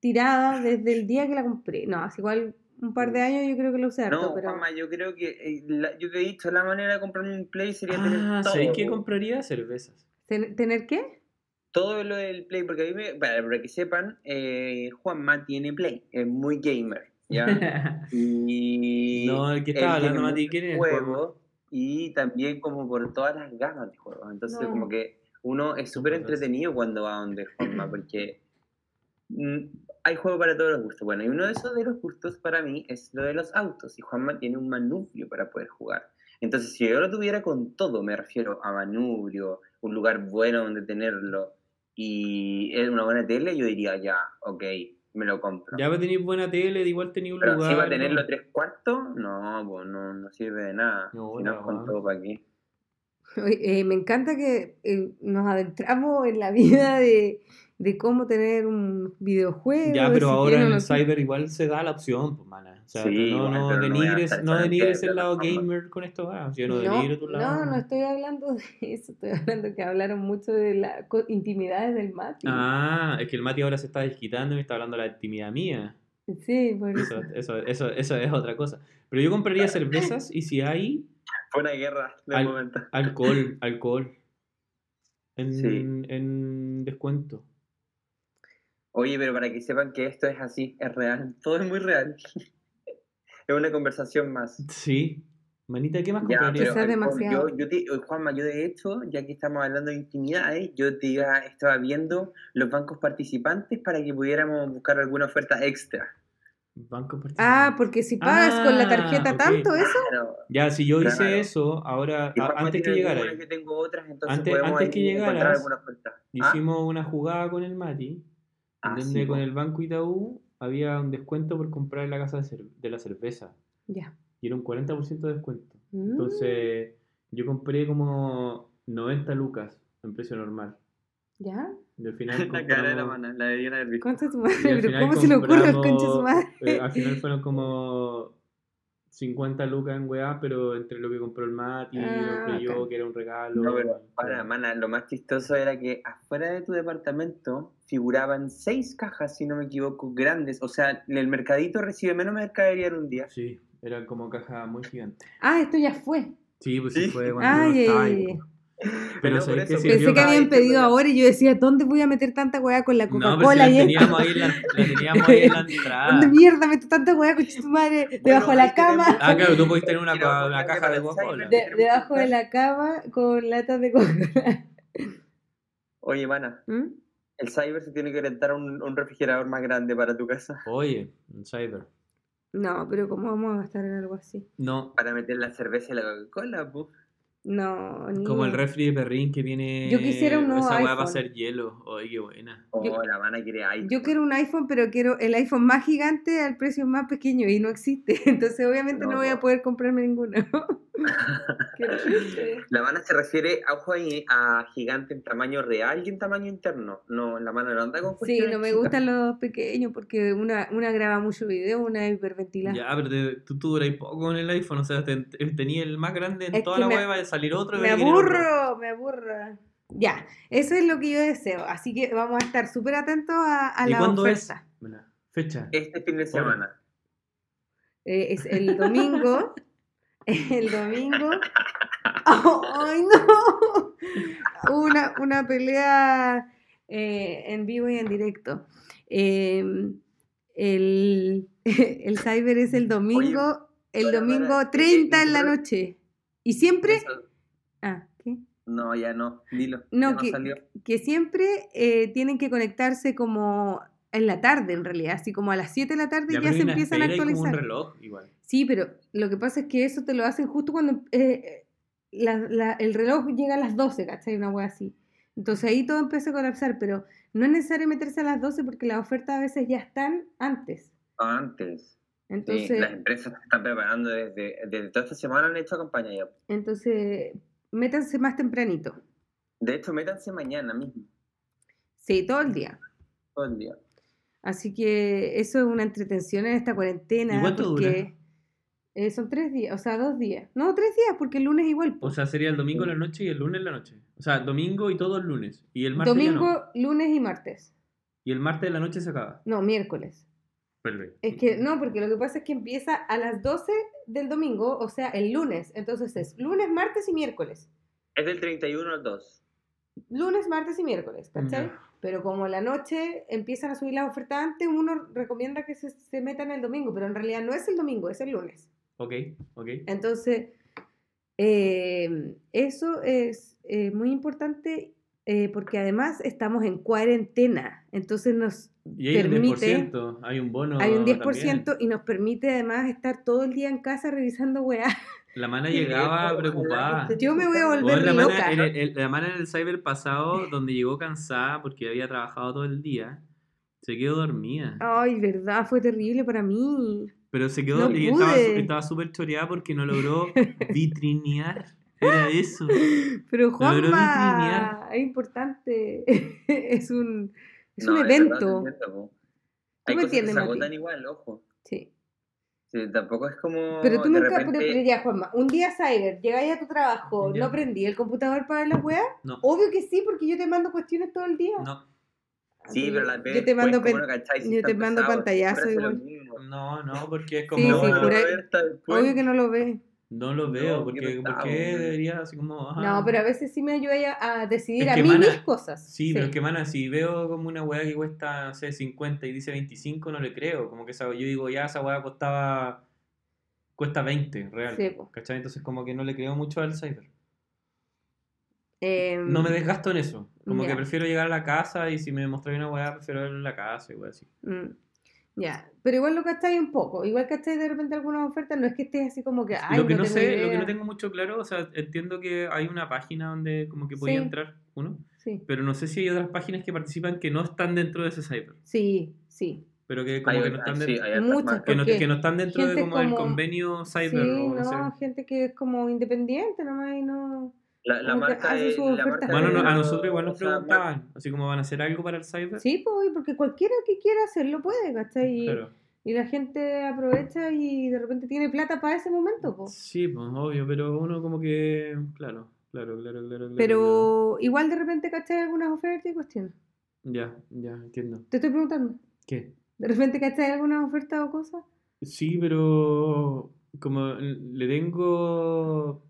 [SPEAKER 4] tirada desde el día que la compré. No, es igual un par de años yo creo que lo usé harto,
[SPEAKER 2] Mm. No,
[SPEAKER 4] pero
[SPEAKER 2] mamá, yo creo que eh, la- yo te he dicho, la manera de comprarme un Play sería
[SPEAKER 3] Ah,
[SPEAKER 2] tener todo.
[SPEAKER 3] ¿sabéis qué compraría? Cervezas.
[SPEAKER 4] ¿ten- ¿tener qué?
[SPEAKER 2] todo lo del Play, porque a mí me, para, para que sepan, eh, Juanma tiene Play, es muy gamer, ¿ya? Y
[SPEAKER 3] No, el que estaba
[SPEAKER 2] él tiene
[SPEAKER 3] hablando, Mati,
[SPEAKER 2] mucho
[SPEAKER 3] ¿quién es,
[SPEAKER 2] juego,
[SPEAKER 3] Juanma?
[SPEAKER 2] Y también como por todas las ganas de juego. Entonces
[SPEAKER 4] No.
[SPEAKER 2] como que uno es súper entretenido cuando va donde Juanma, porque mm, hay juego para todos los gustos. Bueno, y uno de esos de los gustos para mí es lo de los autos. Y Juanma tiene un manubrio para poder jugar. Entonces, si yo lo tuviera con todo, me refiero a manubrio, un lugar bueno donde tenerlo y eh, una buena tele, yo diría ya, ok, me lo compro.
[SPEAKER 3] Ya va a tener buena tele, igual tenía un
[SPEAKER 2] Pero
[SPEAKER 3] lugar.
[SPEAKER 2] si va a tenerlo
[SPEAKER 3] ¿no?
[SPEAKER 2] tres cuartos, no, pues no, no sirve de nada.
[SPEAKER 3] No,
[SPEAKER 2] si no
[SPEAKER 3] la
[SPEAKER 2] es con
[SPEAKER 3] weá.
[SPEAKER 2] todo para qué.
[SPEAKER 4] Oye, eh, me encanta que eh, nos adentramos en la vida de, de cómo tener un videojuego.
[SPEAKER 3] Ya,
[SPEAKER 4] de
[SPEAKER 3] pero
[SPEAKER 4] pues, si
[SPEAKER 3] ahora
[SPEAKER 4] tiene o
[SPEAKER 3] en
[SPEAKER 4] no
[SPEAKER 3] el
[SPEAKER 4] tiene.
[SPEAKER 3] cyber igual se da la opción, pues, mana. O sea,
[SPEAKER 2] Sí,
[SPEAKER 3] no,
[SPEAKER 2] igual, pero no
[SPEAKER 3] no
[SPEAKER 2] voy a
[SPEAKER 3] denigres,
[SPEAKER 2] estar
[SPEAKER 3] no
[SPEAKER 2] solamente
[SPEAKER 3] denigres
[SPEAKER 2] de
[SPEAKER 3] el lado
[SPEAKER 2] plataforma.
[SPEAKER 3] gamer con esto, ah. Yo no denigro tu lado.
[SPEAKER 4] no, no estoy hablando de eso, estoy hablando que hablaron mucho de las co- intimidades del Mati.
[SPEAKER 3] Ah, es que el Mati ahora se está desquitando y me está hablando de la intimidad mía.
[SPEAKER 4] Sí, por eso.
[SPEAKER 3] Eso, eso, eso, eso es otra cosa. Pero yo compraría cervezas y si hay,
[SPEAKER 2] Fue una guerra de
[SPEAKER 3] Al-
[SPEAKER 2] momento.
[SPEAKER 3] alcohol, alcohol. En,
[SPEAKER 2] Sí.
[SPEAKER 3] en descuento.
[SPEAKER 2] Oye, pero para que sepan que esto es así, es real, todo es muy real. es una conversación más.
[SPEAKER 3] Sí. Manita, ¿qué más
[SPEAKER 2] Ya,
[SPEAKER 3] compraría?
[SPEAKER 2] pero
[SPEAKER 4] Quizás
[SPEAKER 2] alcohol,
[SPEAKER 4] demasiado.
[SPEAKER 2] Yo, yo te- oye, Juanma, yo de hecho, ya que estamos hablando de intimidades, yo te iba- estaba viendo los bancos participantes para que pudiéramos buscar alguna oferta extra.
[SPEAKER 3] Banco participante.
[SPEAKER 4] Ah, porque si pagas con la
[SPEAKER 3] Ah,
[SPEAKER 4] tarjeta
[SPEAKER 3] ok.
[SPEAKER 4] tanto, eso.
[SPEAKER 2] Claro.
[SPEAKER 3] Ya, si yo hice
[SPEAKER 2] Claro.
[SPEAKER 3] eso, ahora,
[SPEAKER 2] Y
[SPEAKER 3] a-
[SPEAKER 2] Juanma
[SPEAKER 3] Ah, antes que
[SPEAKER 2] tiene
[SPEAKER 3] llegara,
[SPEAKER 2] algunas, Yo tengo otras, entonces
[SPEAKER 3] Antes-
[SPEAKER 2] podemos
[SPEAKER 3] antes que
[SPEAKER 2] ahí encontrar
[SPEAKER 3] llegaras,
[SPEAKER 2] alguna oferta. ¿Ah?
[SPEAKER 3] hicimos una jugada con el Mati,
[SPEAKER 2] Ah,
[SPEAKER 3] donde
[SPEAKER 2] sí,
[SPEAKER 3] con
[SPEAKER 2] po.
[SPEAKER 3] el Banco Itaú había un descuento por comprar la casa de, cer- de la cerveza,
[SPEAKER 4] Ya.
[SPEAKER 3] y era un 40% de descuento.
[SPEAKER 4] Mm.
[SPEAKER 3] Entonces, yo compré como 90 lucas en precio normal.
[SPEAKER 4] Mm, ¿Ya?
[SPEAKER 3] Y al final
[SPEAKER 2] La cara de la
[SPEAKER 3] compramos-
[SPEAKER 2] mano, la de Diana del Vico.
[SPEAKER 4] Concha su
[SPEAKER 3] y al
[SPEAKER 4] madre, pero
[SPEAKER 3] final
[SPEAKER 4] ¿cómo se le ocurre al
[SPEAKER 3] compramos-
[SPEAKER 4] concha su madre?
[SPEAKER 3] eh, al final fueron como 50 lucas en weá, pero entre lo que compró el Mati,
[SPEAKER 4] Ah,
[SPEAKER 3] lo que yo,
[SPEAKER 4] bacán.
[SPEAKER 3] que era un regalo.
[SPEAKER 2] No, pero para,
[SPEAKER 3] eh,
[SPEAKER 2] mana, lo más chistoso era que afuera de tu departamento figuraban seis cajas, si no me equivoco, grandes. O sea, el mercadito recibe menos mercadería en un día.
[SPEAKER 3] Sí, era como caja muy gigante.
[SPEAKER 4] Ah, esto ya fue.
[SPEAKER 3] Sí, pues sí,
[SPEAKER 2] Sí.
[SPEAKER 3] fue cuando
[SPEAKER 4] Ay,
[SPEAKER 3] yo
[SPEAKER 4] ay,
[SPEAKER 3] estaba
[SPEAKER 4] ay,
[SPEAKER 3] ahí,
[SPEAKER 4] ay.
[SPEAKER 3] po. Pero
[SPEAKER 2] No,
[SPEAKER 3] sabes
[SPEAKER 2] por
[SPEAKER 3] que
[SPEAKER 2] eso,
[SPEAKER 3] sirvió
[SPEAKER 4] Pensé que
[SPEAKER 3] para-
[SPEAKER 4] habían
[SPEAKER 2] Ay, qué
[SPEAKER 4] pedido
[SPEAKER 2] pena.
[SPEAKER 4] ahora y yo decía, ¿dónde voy a meter tanta weá con la
[SPEAKER 3] No, pero si
[SPEAKER 4] Coca-Cola
[SPEAKER 3] la
[SPEAKER 4] y esto?
[SPEAKER 3] teníamos ahí, la, la teníamos ahí en la entrada.
[SPEAKER 4] ¿Dónde mierda meto tanta weá con tu madre? Debajo de
[SPEAKER 2] ahí
[SPEAKER 4] la
[SPEAKER 2] tenemos-
[SPEAKER 4] cama.
[SPEAKER 3] Ah, claro, tú podés tener una,
[SPEAKER 2] Mira,
[SPEAKER 3] ca- una
[SPEAKER 2] vamos a
[SPEAKER 3] caja de
[SPEAKER 2] pensar en
[SPEAKER 3] Coca-Cola.
[SPEAKER 2] vender.
[SPEAKER 4] De- debajo de la cama con latas de Coca-Cola.
[SPEAKER 2] Oye, mana,
[SPEAKER 4] ¿Mm?
[SPEAKER 2] el cyber se tiene que rentar un, un refrigerador más grande para tu casa.
[SPEAKER 3] Oye, un cyber.
[SPEAKER 4] No, pero ¿cómo vamos a gastar en algo así?
[SPEAKER 3] No,
[SPEAKER 2] Para meter la cerveza y la Coca-Cola, po.
[SPEAKER 4] No, ni.
[SPEAKER 3] como el refri de perrín que tiene.
[SPEAKER 4] Mm. Yo quisiera un nuevo
[SPEAKER 3] Esa weá va a
[SPEAKER 4] iPhone.
[SPEAKER 3] ser hielo. Oye, qué buena.
[SPEAKER 2] Oh,
[SPEAKER 4] Yo-
[SPEAKER 2] la mana quiere ahí.
[SPEAKER 4] Yo quiero un iPhone, pero quiero el iPhone más gigante al precio más pequeño y no existe. Entonces, obviamente, no,
[SPEAKER 2] No,
[SPEAKER 4] voy a
[SPEAKER 2] no.
[SPEAKER 4] poder comprarme ninguno. Qué triste.
[SPEAKER 2] La mana se refiere a, ojo ahí, a gigante en tamaño real y en tamaño interno. No, la mano no anda con
[SPEAKER 4] Sí,
[SPEAKER 2] cuestiones
[SPEAKER 4] no me
[SPEAKER 2] chicas.
[SPEAKER 4] gustan los pequeños porque una, una graba mucho video, una es hiperventilada.
[SPEAKER 3] Ya, pero te- tú, tú duras poco en el iPhone, o sea, te- te- tenía el más grande en
[SPEAKER 4] Es
[SPEAKER 3] toda
[SPEAKER 4] que
[SPEAKER 3] la
[SPEAKER 4] me-
[SPEAKER 3] web, va a salir otro. y
[SPEAKER 4] Me
[SPEAKER 3] va a querer otro.
[SPEAKER 4] aburro, me aburro. Ya, eso es lo que yo deseo. Así que vamos a estar súper atentos a, a
[SPEAKER 3] ¿Y
[SPEAKER 4] la
[SPEAKER 3] cuándo es?
[SPEAKER 4] oferta.
[SPEAKER 3] Mira, Fecha.
[SPEAKER 2] Este fin de semana.
[SPEAKER 4] Eh, es el domingo. El domingo. Oh, ¡Ay, no! Una, una pelea eh, en vivo y en directo. Eh, el, el cyber es el domingo, el
[SPEAKER 2] para, para,
[SPEAKER 4] domingo
[SPEAKER 2] eh,
[SPEAKER 4] 30 en la
[SPEAKER 2] nosotros-
[SPEAKER 4] noche. Y siempre.
[SPEAKER 2] Eso-
[SPEAKER 4] Ah, ¿qué?
[SPEAKER 2] No, ya no. Dilo.
[SPEAKER 4] No,
[SPEAKER 2] ya
[SPEAKER 4] que-
[SPEAKER 2] salió.
[SPEAKER 4] que siempre eh, tienen que conectarse como en la tarde, en realidad, así como a las 7 de la tarde
[SPEAKER 3] Ya,
[SPEAKER 4] ya,
[SPEAKER 3] pero hay
[SPEAKER 4] se
[SPEAKER 3] una
[SPEAKER 4] empiezan a
[SPEAKER 3] espera y como un
[SPEAKER 4] actualizar.
[SPEAKER 3] reloj, igual.
[SPEAKER 4] Sí, pero lo que pasa es que eso te lo hacen justo cuando eh, la- la- el reloj llega a las 12, ¿cachai? Una wea así. Entonces ahí todo empieza a colapsar, pero no es necesario meterse a las 12 porque las ofertas a veces ya están antes.
[SPEAKER 2] Antes. Sí,
[SPEAKER 4] Entonces,
[SPEAKER 2] las empresas se están preparando desde, desde toda esta semana, han hecho campaña ya.
[SPEAKER 4] entonces métanse más tempranito.
[SPEAKER 2] De hecho, métanse mañana mismo,
[SPEAKER 4] Sí, todo el día.
[SPEAKER 2] todo el día.
[SPEAKER 4] Así que eso es una entretención en esta cuarentena.
[SPEAKER 3] ¿Y cuánto dura?
[SPEAKER 4] porque, eh, son tres días, o sea, dos días. No, tres días, porque el lunes igual. po.
[SPEAKER 3] O sea, sería el domingo en la noche y el lunes en la noche. O sea, domingo y todo el lunes. Y el martes ya no.
[SPEAKER 4] Domingo, lunes y martes.
[SPEAKER 3] Y el martes de la noche se acaba.
[SPEAKER 4] No, miércoles.
[SPEAKER 3] Perfecto.
[SPEAKER 4] Es que no, porque lo que pasa es que empieza a las 12 del domingo, o sea, el lunes. Entonces es lunes, martes y miércoles.
[SPEAKER 2] Es del 31 al 2.
[SPEAKER 4] Lunes, martes y miércoles, ¿cachai?
[SPEAKER 3] Ya.
[SPEAKER 4] Pero como la noche empiezan a subir las ofertas antes, uno recomienda que se, se metan el domingo, pero en realidad no es el domingo, es el lunes.
[SPEAKER 3] Ok, ok.
[SPEAKER 4] Entonces, eh, eso es eh, muy importante eh, porque además estamos en cuarentena. Entonces nos
[SPEAKER 3] Y hay
[SPEAKER 4] permite,
[SPEAKER 3] un 10%, hay un bono.
[SPEAKER 4] hay un 10%
[SPEAKER 3] también.
[SPEAKER 4] y nos permite además estar todo el día en casa revisando weá.
[SPEAKER 3] La mana llegaba preocupada.
[SPEAKER 4] Yo me voy a
[SPEAKER 3] Weón,
[SPEAKER 4] volver
[SPEAKER 3] la,
[SPEAKER 4] loca.
[SPEAKER 3] mana, en el, en- la mana en el cyber pasado, donde llegó cansada porque había trabajado todo el día, se quedó dormida.
[SPEAKER 4] Ay, verdad, fue terrible para mí.
[SPEAKER 3] Pero se quedó
[SPEAKER 4] Ah, No
[SPEAKER 3] dormida y
[SPEAKER 4] pude.
[SPEAKER 3] estaba su- estaba súper choreada porque no logró vitrinear. Era eso.
[SPEAKER 4] Pero
[SPEAKER 3] logró
[SPEAKER 4] Juanma,
[SPEAKER 3] vitrinear.
[SPEAKER 4] es importante. es un, es
[SPEAKER 2] No,
[SPEAKER 4] un
[SPEAKER 2] de verdad,
[SPEAKER 4] evento.
[SPEAKER 2] es cierto, po.
[SPEAKER 4] Tú
[SPEAKER 2] Hay cosas
[SPEAKER 4] me
[SPEAKER 2] que
[SPEAKER 4] entiendes,
[SPEAKER 2] se
[SPEAKER 4] Mati.
[SPEAKER 2] agotan igual, ojo.
[SPEAKER 4] Sí.
[SPEAKER 2] Sí, tampoco es como.
[SPEAKER 4] Pero tú
[SPEAKER 2] de
[SPEAKER 4] nunca, pero-
[SPEAKER 2] repente-
[SPEAKER 4] pero ya, Juanma, un día cyber, llegáis a tu trabajo,
[SPEAKER 3] Ya.
[SPEAKER 4] no aprendí el computador para ver las weas.
[SPEAKER 3] No.
[SPEAKER 4] Obvio que sí, porque yo te mando cuestiones todo el día.
[SPEAKER 3] No,
[SPEAKER 2] Sí, pues, pero las
[SPEAKER 4] Yo te mando, pen- yo te mando pantallazo igual.
[SPEAKER 3] no, no, porque es como.
[SPEAKER 4] Sí,
[SPEAKER 2] Sí,
[SPEAKER 4] sí,
[SPEAKER 2] sí,
[SPEAKER 4] por ahí- obvio
[SPEAKER 2] que...
[SPEAKER 4] que no lo ves.
[SPEAKER 3] No lo
[SPEAKER 2] No,
[SPEAKER 3] veo,
[SPEAKER 2] yo
[SPEAKER 3] porque,
[SPEAKER 2] no estaba,
[SPEAKER 3] porque
[SPEAKER 2] weón.
[SPEAKER 3] debería así como. ajá.
[SPEAKER 4] No, pero a veces sí me ayuda a, a decidir
[SPEAKER 3] Ah. Es
[SPEAKER 4] a
[SPEAKER 3] que,
[SPEAKER 4] mí
[SPEAKER 3] mana,
[SPEAKER 4] mis cosas.
[SPEAKER 3] Sí, pero es que, mana, si veo como una weá que cuesta, no sé, 50 y dice 25, no le creo. Como que esa, yo digo, ya, esa weá costaba. Cuesta 20, real.
[SPEAKER 4] Sí, po.
[SPEAKER 3] ¿Cachai? Entonces, como que no le creo mucho al cyber.
[SPEAKER 4] Em,
[SPEAKER 3] No me desgasto en eso. Como
[SPEAKER 4] Ya.
[SPEAKER 3] que prefiero llegar a la casa y si me mostráis una weá, prefiero verla en la casa y weá así.
[SPEAKER 4] mm, Ya, pero igual lo cacháis un poco. Igual cacháis de repente algunas ofertas, no es que estés así como que. Ay,
[SPEAKER 3] lo que no,
[SPEAKER 4] tengo
[SPEAKER 3] sé, lo que
[SPEAKER 4] idea".
[SPEAKER 3] no tengo mucho claro, o sea, entiendo que hay una página donde como que podía
[SPEAKER 4] Sí.
[SPEAKER 3] entrar uno,
[SPEAKER 4] Sí,
[SPEAKER 3] pero no sé si hay otras páginas que participan que no están dentro de ese cyber,
[SPEAKER 4] sí, sí.
[SPEAKER 3] pero que como que no están dentro.
[SPEAKER 4] Muchas,
[SPEAKER 3] que no,
[SPEAKER 4] Porque
[SPEAKER 3] que no están dentro de
[SPEAKER 4] gente
[SPEAKER 3] como el
[SPEAKER 4] como-
[SPEAKER 3] convenio cyber
[SPEAKER 4] sí,
[SPEAKER 3] o no sé.
[SPEAKER 4] no, gente que es como independiente nomás y no.
[SPEAKER 2] La, la
[SPEAKER 4] como que
[SPEAKER 2] marca
[SPEAKER 4] hace
[SPEAKER 2] es-
[SPEAKER 4] su
[SPEAKER 2] la
[SPEAKER 4] oferta.
[SPEAKER 2] marca
[SPEAKER 3] Bueno, no,
[SPEAKER 2] es-
[SPEAKER 3] a nosotros igual nos
[SPEAKER 2] o sea, mar-
[SPEAKER 3] preguntaban, así como van a hacer algo para el cyber.
[SPEAKER 4] Sí, pues, porque cualquiera que quiera hacerlo puede, ¿cachai? Y,
[SPEAKER 3] Claro.
[SPEAKER 4] y la gente aprovecha y de repente tiene plata para ese momento, po.
[SPEAKER 3] Sí, pues obvio, pero uno como que, claro, claro, claro, claro. claro, claro.
[SPEAKER 4] Pero igual de repente, ¿cachai? Algunas ofertas y cuestiones.
[SPEAKER 3] Ya, ya, entiendo.
[SPEAKER 4] Te estoy preguntando.
[SPEAKER 3] ¿Qué?
[SPEAKER 4] ¿De repente, ¿cachai? Algunas ofertas o cosas?
[SPEAKER 3] Sí, pero como le tengo,